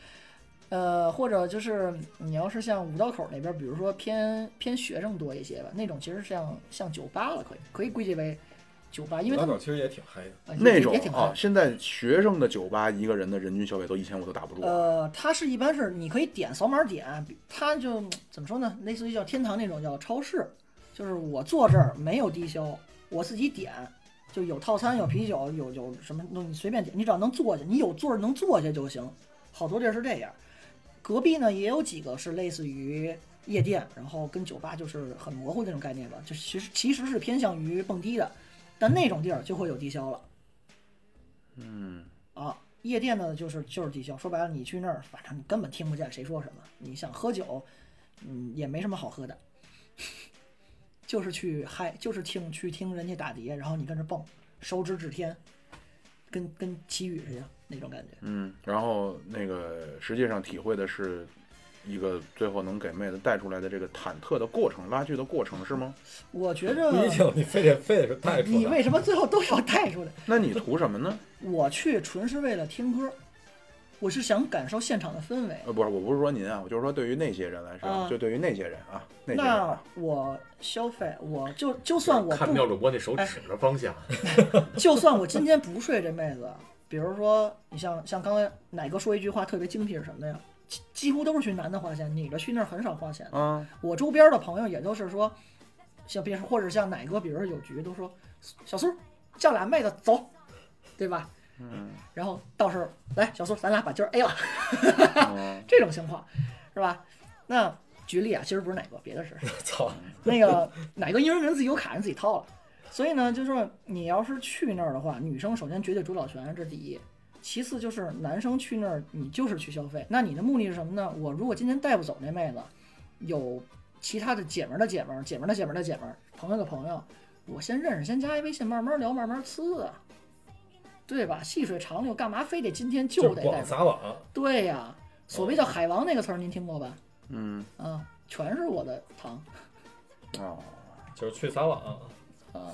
呃，或者就是你要是像五道口那边，比如说偏偏学生多一些吧，那种其实像像酒吧了，可以可以归结为酒吧，因为他老们早其实也挺嗨的，呃那也种也挺啊好，。现在学生的酒吧一个人的人均消费都一千五都打不住。呃，它是一般是你可以点扫码点，比它就怎么说呢？类似于叫天堂那种叫超市，就是我坐这儿没有低消，我自己点，就有套餐，有啤酒，有有什么东西你随便点，你只要能坐下，你有座儿能坐下就行。好多地儿是这样。隔壁呢也有几个是类似于夜店，然后跟酒吧就是很模糊的那种概念吧，就是其实其实是偏向于蹦迪的，但那种地儿就会有低消了。啊，夜店呢就是就是低消，说白了你去那儿，反正你根本听不见谁说什么，你想喝酒，嗯，也没什么好喝的，就是去嗨，就是听去听人家打碟，然后你跟着蹦，手指指天，跟跟祈雨似的那种感觉。嗯，然后那个实际上体会的是一个最后能给妹子带出来的这个忐忑的过程、拉锯的过程是吗？我觉着不一定你非得非得是带出来。你为什么最后都要带出来？那你图什么呢？我去纯是为了听歌，我是想感受现场的氛围。呃，不是，我不是说您啊，我就是说对于那些人来说，啊就对于那些人啊，那些人那啊，我消费，我就就算我看不哎妙主播那手指着方向，就算我今天不睡这妹子，比如说你像像刚才奶哥说一句话特别精辟是什么呀？几几乎都是去男的花钱，女的去那儿很少花钱。啊，我周边的朋友也都是说，像别人或者像奶哥，比如说有局都说小苏叫俩妹子走，对吧？嗯，然后到时候来小苏，咱俩把今儿 A 了， 啊这种情况是吧？那举例啊，其实不是奶哥，别的事儿。操， 那个哪个英雄人自己有卡，人自己掏了。所以呢，就是说你要是去那儿的话，女生首先绝对主导权，这是第一。其次就是男生去那儿，你就是去消费。那你的目的是什么呢？我如果今天带不走那妹子，有其他的姐们儿的姐们儿、姐们儿的姐们儿的姐们儿、朋友的朋友，我先认识，先加一微信，慢慢聊，慢慢呲啊，对吧？细水长流，干嘛非得今天就就是得广带走？撒网，对呀、所谓叫海王那个词儿，您听过吧？嗯啊，全是我的糖啊，就是去撒网。啊。，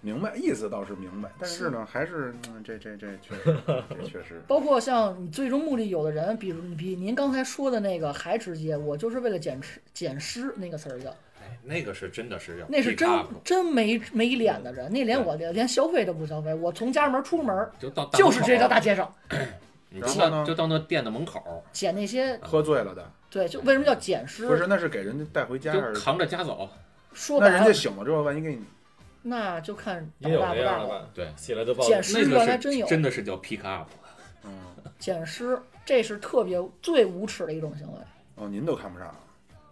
明白意思倒是明白，但是呢，还是、嗯、这这这确实，这确 实包括像你最终目的，有的人，比如比您刚才说的那个还直接，我就是为了捡尸捡尸那个词儿叫，哎，那个是真的是要那是真 pick up 真没没脸的人，那连我连消费都不消费，我从家门出门就到大就是直接到大门口，街上你然就后呢到就到那店的门口，捡那些，喝醉了的，对，就为什么叫捡尸？不是，那是给人家带回家还？就是扛着家走。说那白人家了，醒了之后，万一给你，那就看也胆有大那不大样的了。吧？对，起来就报警捡尸那原来个真是有真的是叫 pick up，嗯，捡尸，这是特别最无耻的一种行为。哦，您都看不上 啊，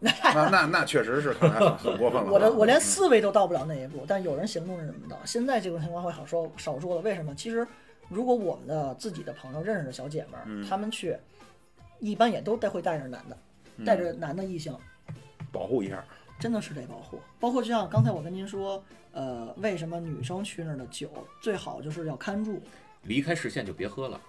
那那那确实是看来很很过分了啊。我的我连嗯思维都到不了那一步，但有人行动是怎么到？现在这种情况会好说少说了，为什么？其实如果我们的自己的朋友认识的小姐们儿，嗯她们去，一般也都带会带着男的，带着男的异性，保护一下，真的是得保护。包括就像刚才我跟您说，呃，为什么女生去那儿的酒最好就是要看住？离开视线就别喝了。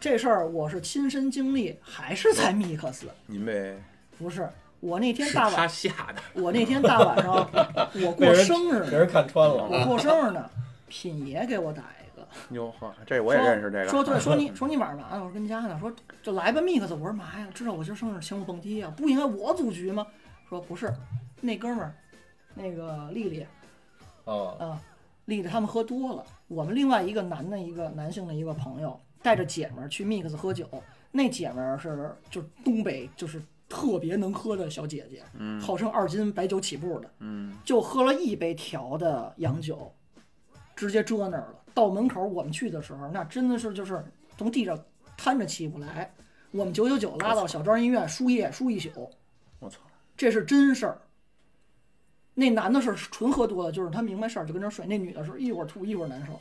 这事儿我是亲身经历，还是在密克斯？您被 不是，我那天是大他晚，吓的，我那天大晚上，我被过人生日被呢，人看穿了。我过生日呢，品爷给我打一个。哟呵，这我也认识这个，说对，说你说你晚上嘛呢？我说跟家呢。说就来吧，mix。我说嘛呀？知道我今儿生日，请我蹦迪啊？不应该我组局吗？说不是，那哥们儿，那个丽丽哦，嗯啊，丽丽他们喝多了。我们另外一个男的一个男性的一个朋友带着姐们儿去 mix 喝酒，那姐们儿是就是东北就是特别能喝的小姐姐，嗯号称二斤白酒起步的，嗯，就喝了一杯调的洋酒，直接遮那儿了。到门口我们去的时候，那真的是就是从地上摊着起不来。我们九九九拉到小庄医院输液输一宿，我操，这是真事儿。那男的是纯喝多了，就是他明白事儿就跟那儿睡；那女的是一会儿吐一会儿难受。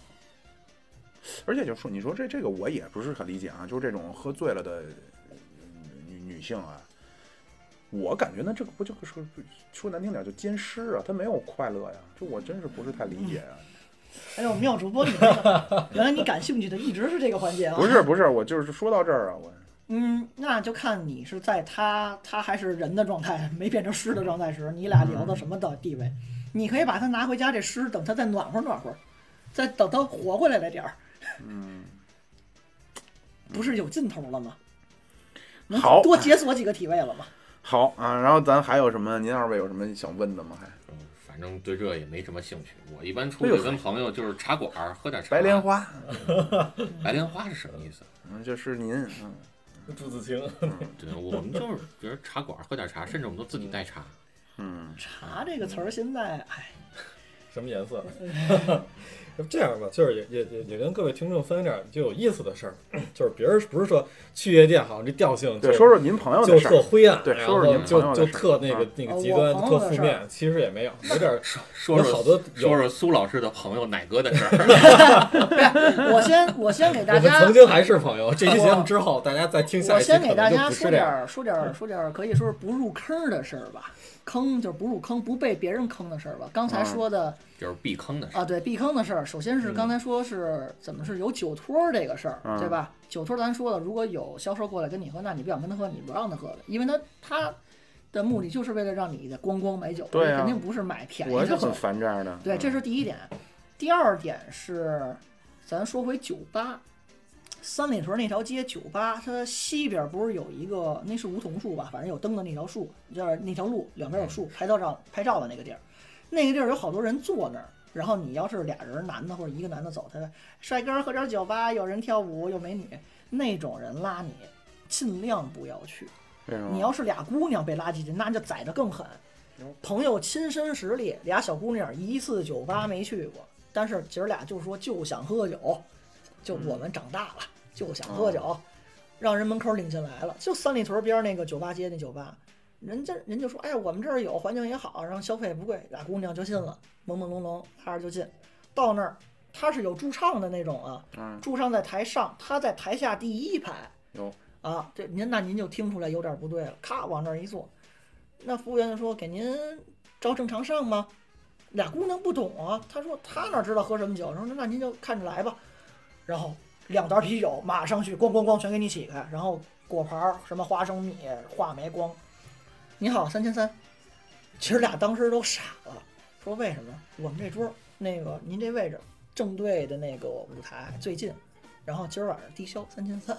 而且就说你说这这个我也不是很理解啊，就是这种喝醉了的嗯女女性啊，我感觉呢这个不就是说说难听点就奸尸啊，她没有快乐呀，这我真是不是太理解啊。哎呦，妙主播，你这个原来你感兴趣的一直是这个环节啊？不是不是，我就是说到这儿啊，我嗯，那就看你是在他他还是人的状态，没变成尸的状态时，你俩聊到什么的地位？你可以把他拿回家，这尸等他再暖和暖和，再等他活过来了点儿，嗯，不是有尽头了吗？能好多解锁几个体位了吗？好啊，然后咱还有什么？您二位有什么想问的吗？还嗯，反反正对这也没什么兴趣。我一般出哎去呦跟朋友就是茶馆儿喝点茶。白莲，花，白莲花是什么意思？嗯，就是您，嗯，朱自清，对，我们就是觉得茶馆儿喝点茶，甚至我们都自己带茶。嗯，茶这个词儿现在，哎，什么颜色？要不这样吧，就是也也也也跟各位听众分享点就有意思的事儿， 就是别人不是说去夜店好像这调性就对，说说您朋友就的事特儿，灰暗，对然说后说你们就朋友的就事儿特那个那啊个极我端朋特友的负事儿面，其实也没有，有 点儿说有说好多有说说苏老师的朋友奶哥的事儿， 我先我先给我大们家，曾经还是朋友，这期节目之后，大家再听下我一期先可给大能就家不说是这点样。儿说点儿说点儿可以说是不入坑的事儿吧，坑就是不入坑不被别人坑的事儿吧。啊刚才嗯说的。就是避坑的事儿。啊，对避坑的事儿，首先是嗯刚才说是怎么是有酒托儿这个事儿，嗯啊对吧？酒托儿咱说了，如果有销售过来跟你喝，那你不想跟他喝，你不让他喝的，因为他他的目的就是为了让你在咣咣买酒，对啊肯定不是买便宜我就的酒很。烦这样的。对，这嗯是第一点。第二点是，咱说回酒吧，三里屯那条街酒吧，它西边不是有一个那是梧桐树吧，反正有灯的那条树，就是那条路两边有嗯树，拍到照拍照的那个地儿，那个地儿有好多人坐那儿。然后你要是俩人男的或者一个男的走，他帅哥喝点酒吧，有人跳舞，有美女，那种人拉你，尽量不要去。为什么？你要是俩姑娘被拉进去，那就宰得更狠。朋友亲身实例，俩小姑娘一次酒吧没去过，但是姐儿俩就说就想喝酒，就我们长大了、就想喝酒，让人门口领进来了。就三里屯边儿那个酒吧街那酒吧，人家人就说哎呀我们这儿有，环境也好，然后消费也不贵，俩姑娘就进了，朦朦胧胧拉着就进，到那儿他是有驻唱的那种啊，嗯驻唱在台上，他在台下第一排。有啊，这您那您就听出来有点不对了，咔往那儿一坐，那服务员就说给您照正常上吗？俩姑娘不懂啊，她说她哪知道喝什么酒，说那您就看着来吧。然后两袋啤酒马上去，咣咣咣全给你起开，然后果盘儿什么花生米、话梅光，你好三千三。其实俩当时都傻了，说为什么我们这桌那个您这位置正对的那个舞台最近，然后今儿晚上低消三千三。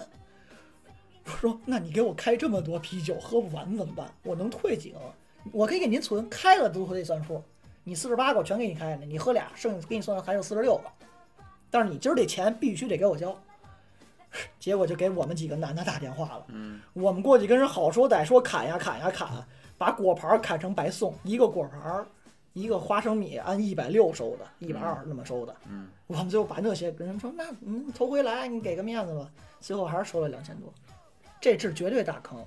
我说：“那你给我开这么多啤酒，喝不完怎么办？我能退几个吗？我可以给您存，开了都可以算数。你四十八个我全给你开了，你喝俩，剩下给你算还有四十六个。但是你今儿这钱必须得给我交。”结果就给我们几个男的打电话了。嗯，我们过去跟人好说歹说，砍呀砍呀砍，把果盘儿砍成白送，一个果盘儿，一个花生米按一百六收的，一百二那么收的。嗯，我们最后把那些人说，那嗯头回来你给个面子吧，最后还是收了两千多，这是绝对大坑。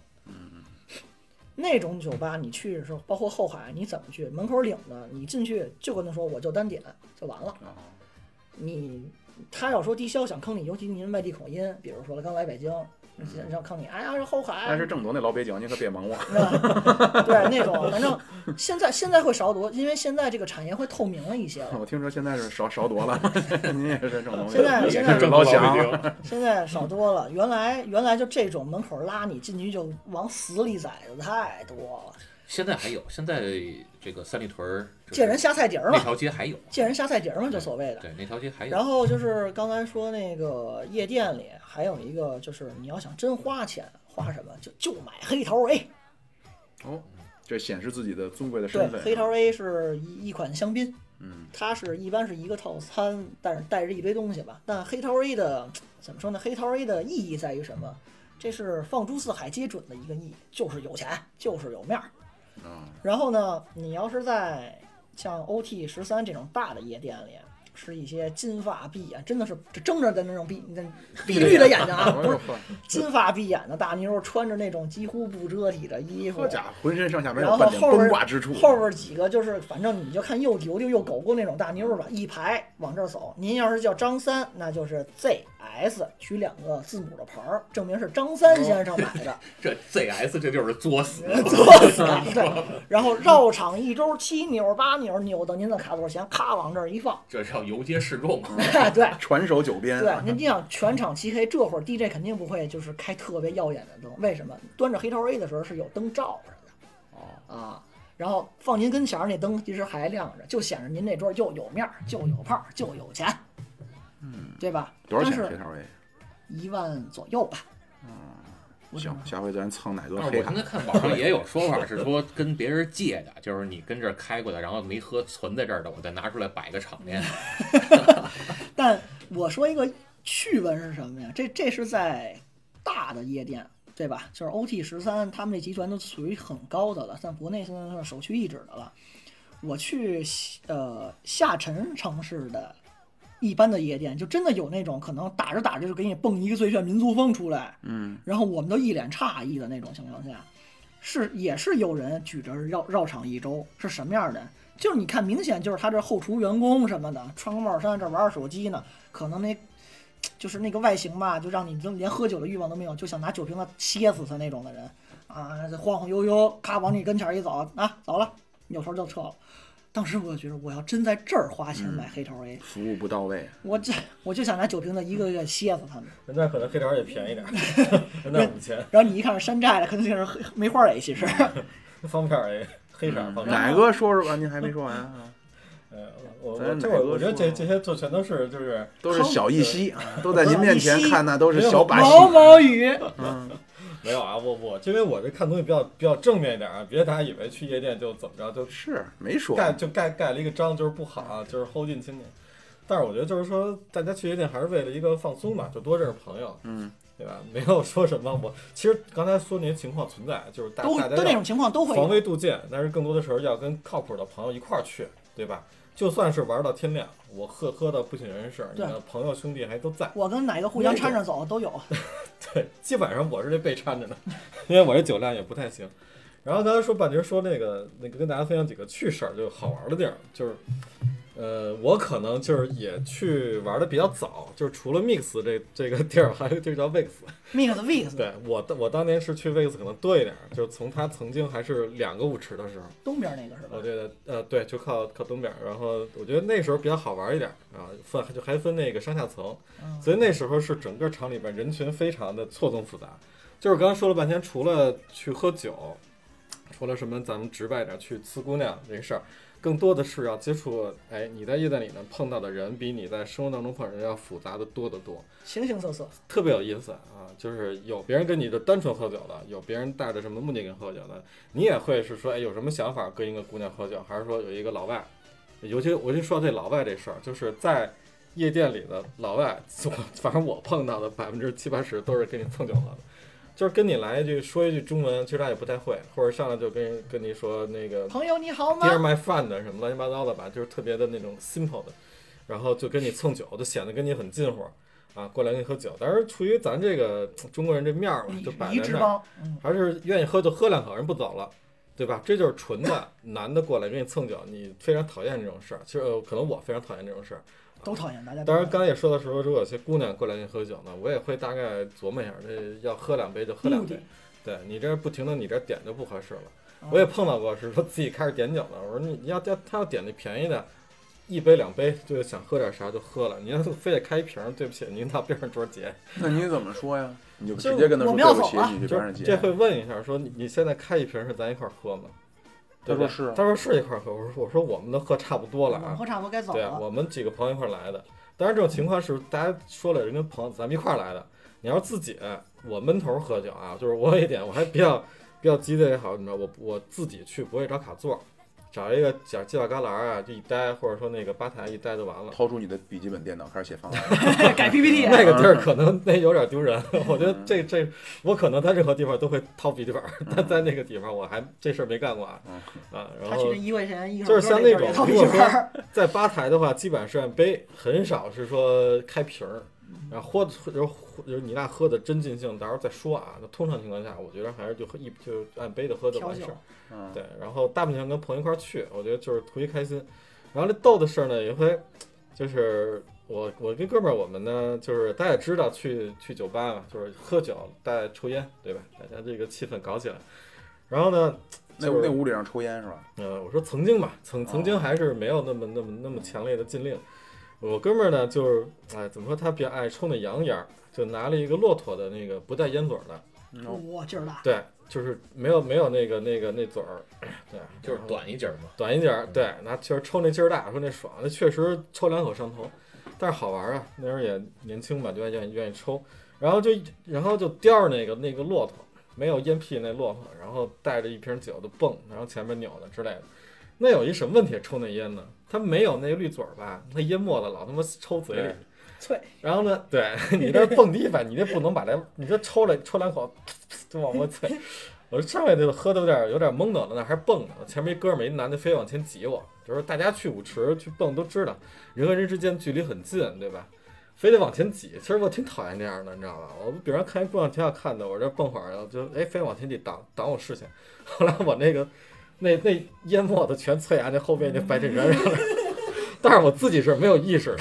那种酒吧你去的时候，包括后海，你怎么去？门口领的，你进去就跟他说我就单点就完了。哦你他要说低消想坑你，尤其您外地口音，比如说他刚来北京，嗯想坑你，哎呀是后海，但是郑铎那老北京，您可别蒙我。那 对那种，反正现在现在会少多，因为现在这个产业会透明了一些了。 我听说现在是少少夺了， 您也是郑铎，现在也现在是老想想，， 现在少多了，原来原来就这种门口拉你进去就往死里宰的太多了，现在还有，现在这个三里屯儿就是见人下菜碟儿嘛，那条街还有，见人下菜碟儿嘛，就所谓的。对，那条街还有。然后就是刚才说那个夜店里，还有一个就是你要想真花钱，花什么就就买黑桃 A，哦，这显示自己的尊贵的对身，份。啊黑桃 A 是一一款香槟，嗯，它是一般是一个套餐，但是带着一堆东西吧。但黑桃 A 的怎么说呢？黑桃 A 的意义在于什么？这是放诸四海皆准的一个意义，就是有钱，就是有面儿。啊，然后呢，你要是在像 OT 十三这种大的夜店里，是一些金发碧眼，真的是这睁着的那种碧那碧绿的眼嗯睛啊，不是金发碧眼的大妞，穿着那种几乎不遮体的衣服好，家伙，浑身上下没然有后半点后边崩挂之处。啊后边几个就是，反正你就看又丢丢又狗狗那种大妞吧，一排往这儿走。您要是叫张三，那就是 ZS 取两个字母的牌儿，证明是张三先生买的。这 ZS 这就是作死， 作死啊！对， 然后绕场一周七扭八扭，扭到您的卡座前，咔往这儿一放，这叫游街示众。 对。传手九啊鞭，对，您想全场漆黑，这会儿 DJ 肯定不会就是开特别耀眼的灯，为什么？端着黑桃 A 的时候是有灯照着的，哦啊，然后放您跟前儿那灯其实还亮着，就显示您这桌又有面儿，就有炮，就有钱，嗯，对吧？多少钱？但黑是桃 A？一万左右吧，我行懂，了下回咱蹭啊哪顿但是黑我刚海。才看网上也有说法是说跟别人借的，就是你跟这儿开过的，然后没喝存在这儿的，我再拿出来摆个场面。但我说一个趣闻是什么呀？这这是在大的夜店，对吧？就是 OT 十三，他们这集团都属于很高的了，在国内现在算是首屈一指的了。我去西呃下沉城市的一般的夜店，就真的有那种可能打着打着就给你蹦一个醉炫民族风出来，嗯，然后我们都一脸诧异的那种情况下，是也是有人举着绕绕场一周，是什么样的？就是你看，明显就是他这后厨员工什么的，穿个帽衫这玩手机呢，可能那就是那个外形吧，就让你就连喝酒的欲望都没有，就想拿酒瓶子歇死他那种的人啊，晃晃悠悠，咔往你跟前儿一走啊，走了，扭头就撤了。当时我就觉得，我要真在这儿花钱嗯买黑桃 A，、服务不到位，我这我就想拿酒瓶子一个个歇死他们。人家可能黑条也便宜点儿，人家五千，然后你一看是山寨的，肯定是黑梅花 A，其实。 方片儿 A，黑色儿方片儿。嗯哪个说说吧？您还没说完啊？呃，我我咱这哪个我我觉得这说这些就全都是就是都是小一 息，都在您面前小一息看那都是小把戏。毛毛雨，嗯，没有啊，我我因为我这看东西比较比较正面一点啊，别大家以为去夜店就怎么着就是没说。盖就盖盖了一个章就是不好啊，就是齁进青年。但是我觉得就是说，大家去夜店还是为了一个放松嘛，就多认识朋友，嗯，对吧？没有说什么我其实刚才说那些情况存在，就是 大都大家都那要种情况都会防有。微杜渐，但是更多的时候要跟靠谱的朋友一块儿去，对吧？就算是玩到天亮，我喝喝的不省人事，你对的朋友兄弟还都在。我跟哪个互相搀着走都有，对， 基本上我是这被搀着的， 因为我这酒量也不太行。然后刚才说半截说那个那个跟大家分享几个趣事儿，就好玩的地儿，就是呃，我可能就是也去玩的比较早，就是除了 Mix 这这个地儿，还有一个地儿叫 Vix。 mix with 对我当我当年是去 Vix 可能多一点儿，就是从它曾经还是两个舞池的时候，东边那个是吧我？觉得呃对，就靠靠东边儿。然后我觉得那时候比较好玩一点儿啊，分就还分那个上下层，嗯，所以那时候是整个厂里边人群非常的错综复杂，就是刚刚说了半天，除了去喝酒，除了什么咱们直白点去呲姑娘这个事儿，更多的是要接触，哎，你在夜店里呢碰到的人比你在生活当中碰到的人要复杂的多得多，形形色色，特别有意思啊！就是有别人跟你就单纯喝酒的，有别人带着什么目的跟喝酒的，你也会是说，哎，有什么想法跟一个姑娘喝酒，还是说有一个老外？尤其我就说这老外这事儿，就是在夜店里的老外，我反正我碰到的百分之七八十都是跟你蹭酒喝的，就是跟你来一句说一句中文，其实他也不太会，或者上来就跟人跟你说那个朋友你好吗？ Dear my friend 什么乱七八糟的吧，就是特别的那种 simple 的，然后就跟你蹭酒，就显得跟你很近乎儿啊，过来跟你喝酒。但是出于咱这个呃中国人这面儿吧你，就摆你在直那儿，帮，嗯，还是愿意喝就喝两口，人不走了。对吧？这就是纯的男的过来跟你蹭酒，你非常讨厌这种事儿。其实、呃可能我非常讨厌这种事儿。都讨厌大家。当然，刚才也说的时候，如果有些姑娘过来跟你喝酒呢，我也会大概琢磨一下，这要喝两杯就喝两目的杯。对你这不停的，你这点就不合适了。啊我也碰到过，是说自己开始点酒了。我说你要要他要点那便宜的，一杯两杯，就是想喝点啥就喝了。你要是非得开一瓶，对不起，您到边上桌结。那你怎么说呀？你就就直接跟他我说们要对不起走了，你去就边上是接。这会问一下，说你你现在开一瓶是咱一块儿喝吗？对不对他说是啊他说是一块儿喝。我说我说我们都喝差不多我了们啊，喝差不多该走对 了。我们几个朋友一块儿来的。当然这种情况是大家说了，人跟朋友咱们一块儿来的。你要是自己，我闷头喝酒啊，就是我有一点我还比较 比较鸡肋也好，你知道，我我自己去不会找卡座，找一个小犄角旮旯啊，就一待，或者说那个吧台一待就完了。掏出你的笔记本电脑开始写方案。改 PPT，那个地儿可能那有点丢 人，我觉得这这我可能在任何地方都会掏笔记本，但在那个地方我还这事儿没干过啊嗯啊。然他去后那衣柜前，一会就儿是像那那种套如笔果记本说儿，在吧台的话，基本上是按杯，很少是说开瓶儿，然后喝就是喝就是你俩喝的真尽兴，到时候再说啊。那通常情况下，我觉得还是就喝一就按杯的喝就调完事酒儿。嗯，对，然后大部分跟朋友一块儿去，我觉得就是图一开心。然后这逗的事儿呢，也会就是我我跟哥们儿我们呢，就是大家也知道去去酒吧嘛，就是喝酒，大家抽烟，对吧？大家这个气氛搞起来。然后呢，那就是那屋里让抽烟是吧？呃，我说曾经吧，曾哦曾经还是没有那么那么那么强烈的禁令。我哥们儿呢，就是哎，怎么说，他比较爱抽那洋烟儿，就拿了一个骆驼的那个不带烟嘴儿的，哇，劲儿大。对，就是没有没有那个那个那嘴儿，对， 就是短一截儿嘛。短一截儿，对，那确实抽那劲儿大，说那爽，那确实抽两口上头，但是好玩儿啊，那时候也年轻嘛，就愿意愿意抽。然后就然后就叼着那个那个骆驼，没有烟屁那骆驼，然后带着一瓶酒就蹦，然后前面扭的之类的。那有一什么问题？抽那烟呢？他没有那绿嘴儿吧？那烟沫子老他妈抽嘴里对。脆，然后呢，对 你这蹦迪吧，你这不能把这，你这抽了抽两口， 就往过啐。我上来就喝的有点有点懵懂了，那还蹦呢。前面一哥们儿一男的非往前挤我，就是大家去舞池去蹦都知道，人和人之间距离很近，对吧？非得往前挤，其实我挺讨厌这样的，你知道吧？我比方看一姑娘挺好看的，我这蹦会儿，我就哎非往前挤挡挡我视线。后来我那个那那淹没的全啐牙那后背那白衬衫上了， 但是我自己是没有意识的，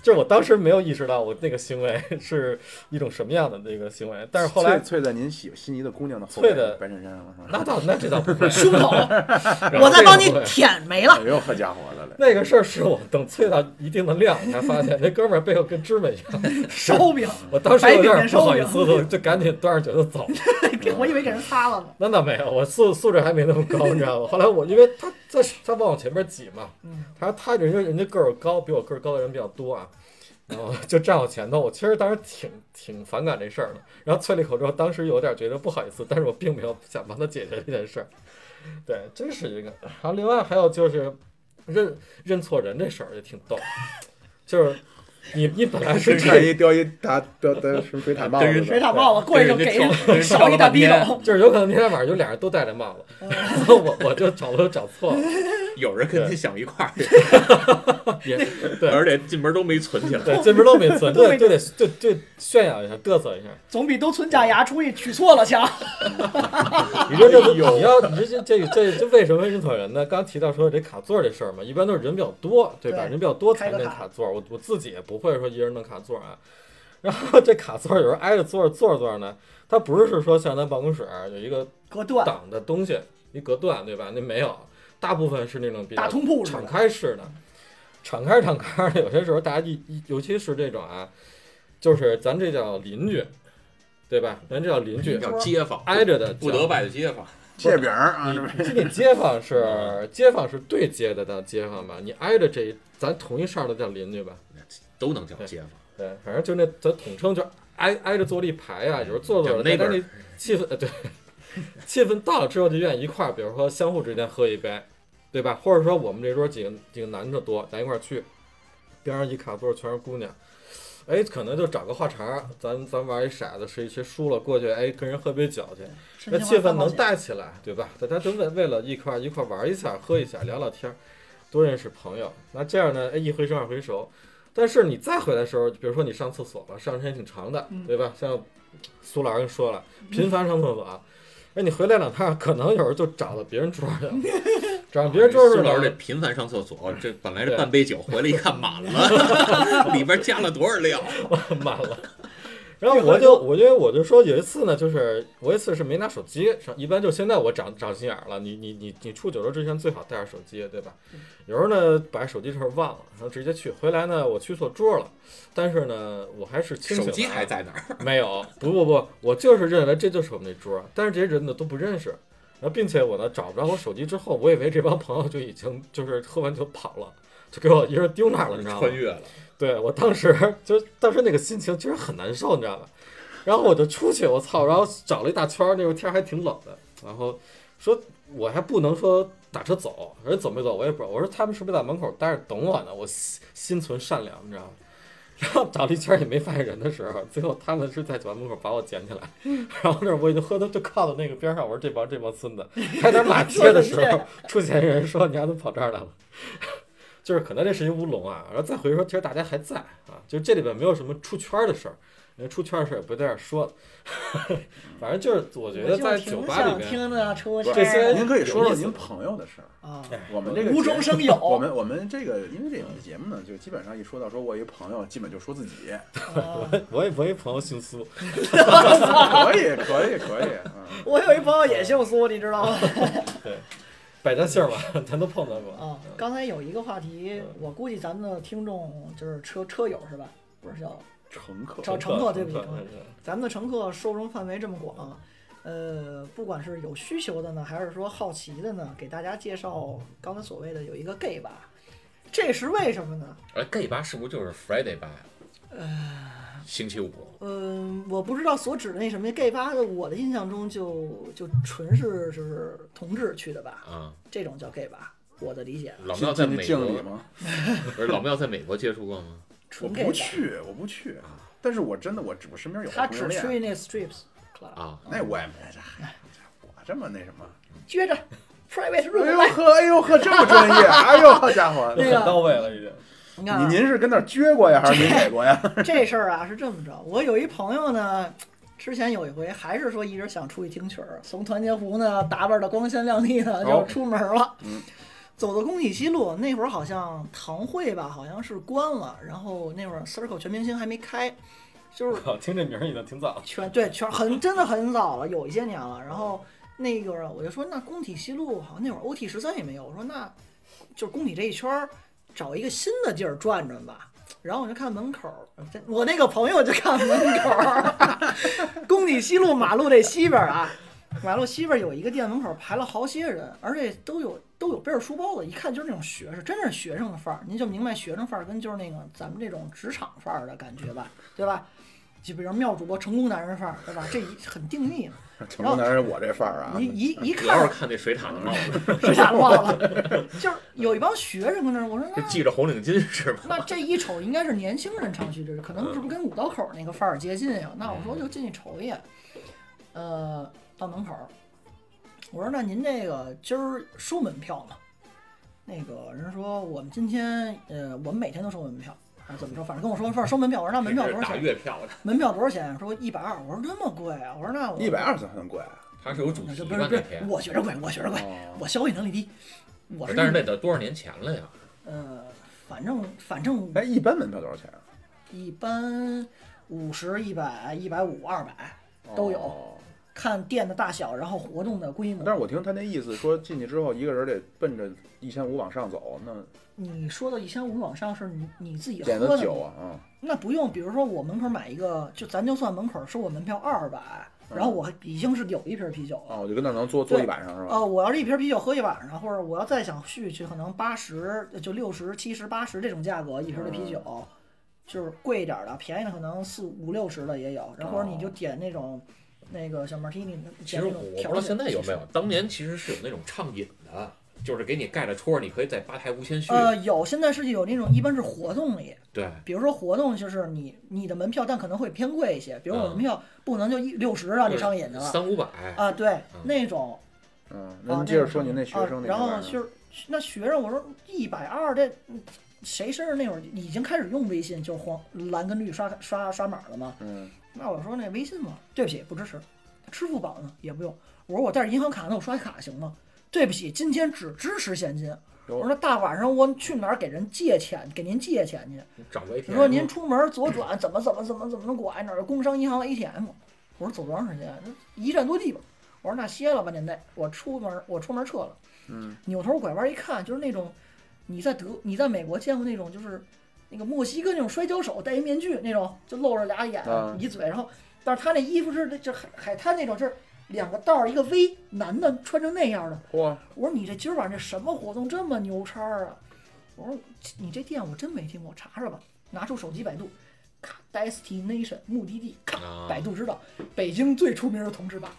就是我当时没有意识到我那个行为是一种什么样的那个行为，但是后来翠翠在您喜心仪的姑娘的后翠背的白衬衫啊上是吧？那倒那这倒不会，胸 口，然后我再这帮个你不会舔没了。 哎呦，好家伙的嘞！那个事儿是我等啐到一定的量，我才发现那哥们儿背后跟芝麻一样。烧饼，我当时有白点饼不好意烧思，就赶紧端上酒就走了。给我以为给人擦了呢。 那倒没有，我素素质还没那么高，你知道吗？后来我因为他他他往我前面挤嘛，嗯他他人家人家个儿高，比我个儿高的人比较多啊，然后就站我前头。我其实当时挺挺反感这事儿的，然后啐了一口之后，当时有点觉得不好意思，但是我并没有想帮他解决这件事儿。对，这是一个。然后另外还有就是认认错人这事儿也挺逗，就是你你本来是这看一叼一大叼叼什么水獭帽真子 人的水，獭帽子过去就给 人 少一大逼斗，就是有可能那天晚上就俩人都戴着帽子，然后我我就找了找错了，有人跟他想一块儿， 也而且进门都没存起来。 对，这边都没 存，都对，没就得就就炫耀一下，嘚瑟一下。总比都存假牙出去取错了 强。啊你说这你要你这这这这为什么认错人呢？刚提到说这卡座这事儿嘛，一般都是人比较多，对吧？对人比较多才开个弄卡卡座。我我自己也不会说一人弄卡座啊。然后这卡座有人挨着坐着坐着坐着呢，他不是说像咱办公室啊有一个隔断挡的东西，一隔断，对吧？那没有，大部分是那种比较大通铺似敞的，开式的，敞开敞开的，有些时候大家一一，尤其是这种啊，就是咱这叫邻居，对吧？咱这叫邻居，叫街坊，挨着的 不得拜的街坊，借饼儿啊，这你不这个街坊 啊是街坊是对接的，叫街坊吧？你挨着这一，咱同一上的叫邻居吧？都能叫街坊。对，反正就那咱统称就挨挨着坐了一排啊，有时候坐坐着，大叫家 neighbor 那气氛呃 对，气氛到了之后就愿意一块儿，比如说相互之间喝一杯，对吧？或者说我们这桌几个几个男的多，咱一块儿去，边上一卡座全是姑娘。哎，可能就找个话茬儿，咱咱玩一骰子，谁谁输了过去，哎，跟人喝杯酒去，那气氛能带起来，对吧？大家都为为了一块儿一块儿玩一下、喝一下、聊聊天儿，多认识朋友。那这样呢，哎，一回生二回熟。但是你再回来的时候，比如说你上厕所了，上时间挺长的，嗯对吧？像苏老师说了，频繁上厕所啊，哎，你回来两趟，可能有时候就找到别人桌去了，找到别人桌去孙老师这了。频繁上厕所，这本来是半杯酒，回来一看满了， 里边加了多少料？ 满了。然后我就我因为我就说有一次呢，就是我有一次是没拿手机，上一般就现在我长长心眼儿了，你你你你出酒桌之前最好带着手机，对吧？有时候呢把手机这事儿忘了，然后直接去，回来呢我去错桌了，但是呢我还是清醒手的啊机还在那儿，没有，不不不，我就是认为这就是我们那桌，但是这些人呢都不认识。然后，并且我呢找不着我手机之后，我以为这帮朋友就已经就是喝完酒跑了，就给我一人丢那儿了，你知道吗？穿越了。对我当时就当时那个心情其实很难受，你知道吧？然后我就出去，我操，然后找了一大圈儿，那时候天儿还挺冷的，然后说我还不能说打车走，人走没走我也不知道，我说他们是不是在门口待着等我呢？我心心存善良，你知道吗？ 然后找了一圈儿也没发现人的时候，最后他们是在酒吧门口把我捡起来， 然后那儿我已经喝的就靠到那个边上，我说这帮这帮孙 子，开点马街的时说得候，出现人说你还能跑这儿来了。 就是可能这是一乌龙啊，然后再回说，其实大家还在啊，就这里边没有什么出圈儿的事儿，因为出圈儿的事儿也不在这儿说， 反正就是我觉得在酒吧里面，听的出这些您可以说有说意思您朋友的事儿。啊，我们这个无节中目 生有。我们我们这个，因为这个节目呢，就基本上一说到说我一朋友，基本就说自己，啊我也我也朋友姓苏，可以可以可以，嗯，我有一朋友也姓苏，你知道吗？百家姓儿吧，咱都碰到过。啊，刚才有一个话题，我估计咱们的听众就是车车友是吧？不是叫乘客找乘客对不起乘客咱们的乘客受众范围这么广，呃，不管是有需求的呢，还是说好奇的呢，给大家介绍刚才所谓的有一个 gay 吧，这是为什么呢？呃哎而 gay 吧是不是就是 Friday 吧？星期五嗯，我不知道所指的那什么 gay 吧，我的印象中就就纯是是同志去的吧，啊，这种叫 gay 吧，我的理解，老进庙在进去美敬礼国，吗？不是老庙在美国接触过吗？我纯 gay 不吧。去，我不去。但是我真的，我只我身边有他同只性恋，去那 strips club，啊，那我也没这，嗨，我这么那什么？撅着 private 哎 room 呦呵，哎呦呵，这么专 业，哎呦好家伙！就很到位了已经。你看、你啊，您是跟那儿撅过呀，还是您给过 呀？这事儿啊是这么着，我有一朋友呢，之前有一回还是说一人想出去听曲儿，从团结湖呢打扮的光鲜亮丽的哦就出门了，嗯走到宫体西路那会儿好像堂会吧，好像是关了，然后那会儿 Circle 全明星还没开，就是靠，听这名儿已经挺早了。全对全很真的很早了，有一些年了。然后那个我就说，那工体西路好像那会儿 OT 十三也没有，我说那就是工体这一圈儿找一个新的地儿转转吧。然后我就看门口儿，这我那个朋友就看门口儿， 工体西路马路这西边儿啊，马路西边儿有一个店门口儿排了好些人，而且都有都有背着书包的，一看就是那种学生，真是学生的范儿。您就明白学生范儿跟就是那个咱们这种职场范儿的感觉吧，对吧？就比如妙主播成功男人范儿，对吧？这一很定义嘛。成功男人，我这范儿啊你，一一主要看是看那水獭的帽子，是啥忘了， 就是有一帮学生跟那儿，我说就那系着红领巾是吧？那这一瞅应该是年轻人常去这，可能是不是跟五道口那个范儿接近呀？那我说就进去瞅一眼，呃，到门口儿，我说那您这个今儿收门票吗？那个人说我们今天呃，我们每天都收门票，还是怎么着？反正跟我说说收门票，我说那门票这多是少打钱？月票的，门票多少钱？说一百二。我说这么贵啊？我说那我一百二算很贵。它是有主那题就吧不是不那是，天，啊我觉着贵，我觉着贵，哦我消费能力低，我是但是那得多少年前了呀？呃，反正反正哎，一般门票多少钱啊？一般五十、一百、一百五、二百，都有哦看店的大小，然后活动的规模。但是我听他那意思说，进去之后一个人得奔着一千五往上走，那你说的一千五往上是你你自己点喝的的酒吗，啊，嗯，那不用。比如说我门口买一个，就咱就算门口收我门票二百，嗯然后我已经是有一瓶啤酒了。啊，我就跟那儿能坐坐一对晚上是吧？哦，我要是一瓶啤酒喝一晚上，或者我要再想续去，可能八十就六十、七十、八十这种价格一瓶的啤酒，嗯就是贵一点的，便宜的可能四五六十的也有，然后或者你就点那种、那个小 martini，其点那实我种我不知调道酒现在有其没实有，当年其实是有那种畅饮的，就是给你盖着戳，你可以在吧台无限续。呃，有，现在是有那种一般是活动里，对，比如说活动就是你你的门票，但可能会偏贵一些，比如我嗯门票不能就一六十让你上瘾的了三五百，啊，对嗯，那种嗯，啊那您那接着种说您那学啊生那然个玩意后儿就是那学生，我说一百二这嗯谁身上那会儿已经开始用微信，就是黄蓝跟绿刷刷刷码了嘛，嗯，那我说那微信嘛，对不起，不支持。支付宝呢也不用。我说我带着银行卡呢，我刷卡行吗？对不起，今天只支持现金。我说大晚上我去哪儿给人借钱，给您借钱去？你找个 ATM。你说您出门左转怎么怎么怎么怎么拐哪儿有工商银行 ATM？我说走多长时间？啊一站多地吧。我说那歇了吧，您得我出门我出门撤了。嗯，扭头拐弯一看，就是那种你在德你在美国见过那种就是那个墨西哥那种摔跤手戴一面具那种，就露着俩眼、啊一嘴，然后但是他那衣服是那就是海海滩那种，就是两个道儿一个 V，男的穿成那样的。嚯，我说你这今儿晚上这什么活动这么牛叉儿啊？我说你这店我真没听过，查查吧。拿出手机百度，咔，destination 目的地，咔，啊百度知道北京最出名的同志吧。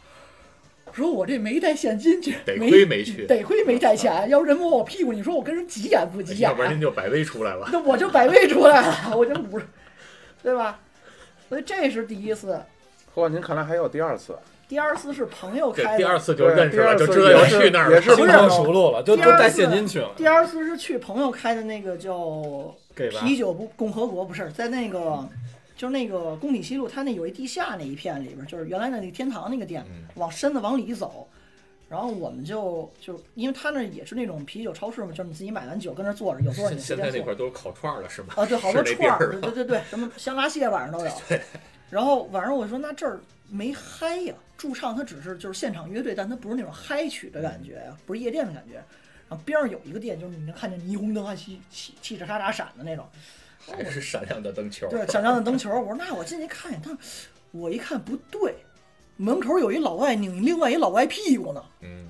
我说我这没带现金去，得没亏没去得亏没带钱，要人摸我屁股，你说我跟人急眼不急眼啊哎要？不然您就百威出来了。那我就百倍出来了，我就五十，对吧？所以这是第一次，嚯，您看来还有第二次，第二次是朋友这开的，第二次就对认识第了，二就次知道要也是去那儿也了。是形同熟路了，就第都二次带现金去了。第二次是去朋友开的那个叫 gay 吧啤酒不共和国，不是在那个，就是那个工体西路，它那有一地下那一片里边，就是原来的那个天堂那个店，嗯往深的往里走。然后我们就就，因为他那也是那种啤酒超市嘛，就是你自己买完酒跟那儿坐着，有座儿现你随现便在坐那。块儿都是烤串儿了，是吗？啊，对，好多是那串地儿，儿对对对，什么香辣蟹晚上都有。 然后晚上我说那这儿没嗨呀、驻唱它只是就是现场乐队，但它不是那种嗨曲的感觉呀，不是夜店的感觉。然后边上有一个店，就是你能看见霓虹灯还啊起起气着喳喳闪的那种，还是闪亮的灯球儿。对，闪亮的灯球。我说那我进去看一眼，但是我一看不对，门口有一老外拧另外一老外屁股呢。嗯，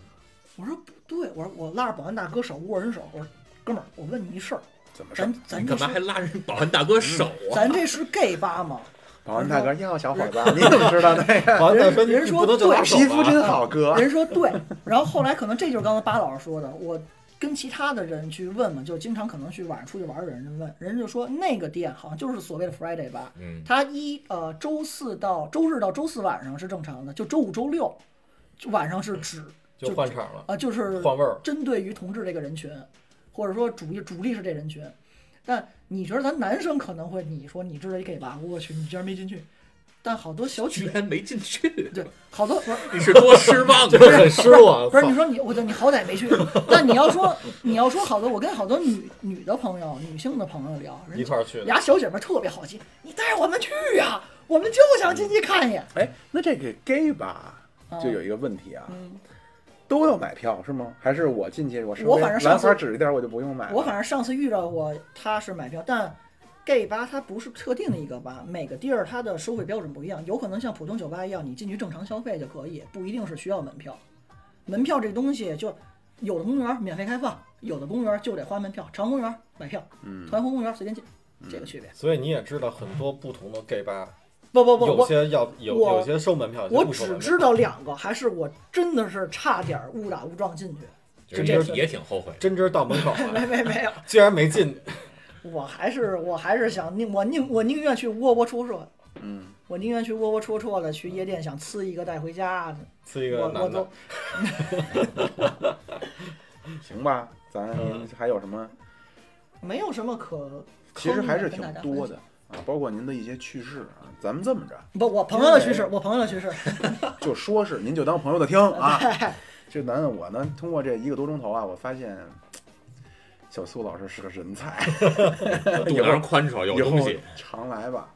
我说不对，我说我拉着保安大哥手握人手，我说哥们儿，我问你一事儿，怎么事儿咱咱你这干是嘛还拉人保安大哥手啊？咱这是 gay 吧吗？保安大哥，你好，小伙子，啊你怎么知道那个？保安大哥，你人你说不能就 对拿手皮肤吧真好， 哥。人说对，然后后来可能这就是刚才巴老师说的，我跟其他的人去问嘛，就经常可能去晚上出去玩儿的人问，人家就说那个店好像就是所谓的 Friday 吧，嗯，他一呃周四到周日到周四晚上是正常的，就周五周六就晚上是指嗯就换场了，啊、就是换味儿。针对于同志这个人群，或者说主力主力是这人群。但你觉得咱男生可能会，你说你知道一 gay 吧，我去，你居然没进去。但好多小居姐，然没进去，对，好多不是你是多失 望就啊！很失落，不是，你操说你，我就你好歹没去。但你要说你要说好多，我跟好多女女的朋友、女性的朋友聊，人一家块儿去的，俩小姐们特别好奇，你带我们去呀、我们就想进去看一眼。哎，那这个 gay 吧，啊嗯就有一个问题啊，嗯都要买票是吗？还是我进去我是我反正上兰次花指一点我就不用买了？我反正上次遇到过，他是买票，但 gay 吧它不是特定的一个吧，每个地儿它的收费标准不一样，有可能像普通酒吧一样，你进去正常消费就可以，不一定是需要门票。门票这东西就有的公园免费开放，有的公园就得花门票，长公园买票，嗯团湖公园随便进，这个区别。所以你也知道很多不同的 gay 吧，不不不，有我些要有我有些收门票，有我些不收只门票知道两个，还是我真的是差点误打误撞进去。就是这也是也挺后悔的。真真到门口了， 没没没有，居然没进，我还是我还是想宁我宁我宁愿去窝窝戳戳，嗯，我宁愿去窝窝戳戳的去夜店，想呲一个带回家。啊是一个我我男的都，行吧，咱嗯还有什么？没有什么可，其实还是挺坑的多的。啊，包括您的一些趣事啊，咱们这么着，不，我朋友的去世，我朋友 的去世。就说是您就当朋友的 听啊。这男的我呢，通过这一个多钟头啊，我发现小苏老师是个人才，肚囊宽敞有以后东西，常来吧，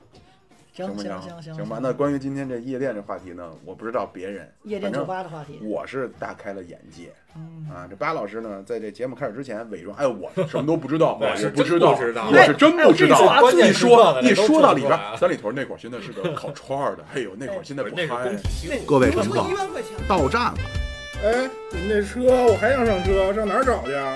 行不行行行行吧。那关于今天这夜店这话题呢，我不知道别人，夜店酒吧的话题，我是大开了眼界嗯，啊！这巴老师呢，在这节目开始之前伪装，哎，我什么都不知道，对我是是不真知道，不知道我是真不知哎道。关键一时刻说的一都说不到出里边来，三里屯那会儿现在是个烤串儿的，哎呦，那会儿现在不是那多是嗨啊工。哎体秀。各位我乘说客一，万块钱，到站了，哎，你们这车我还想上车，上哪儿找去啊？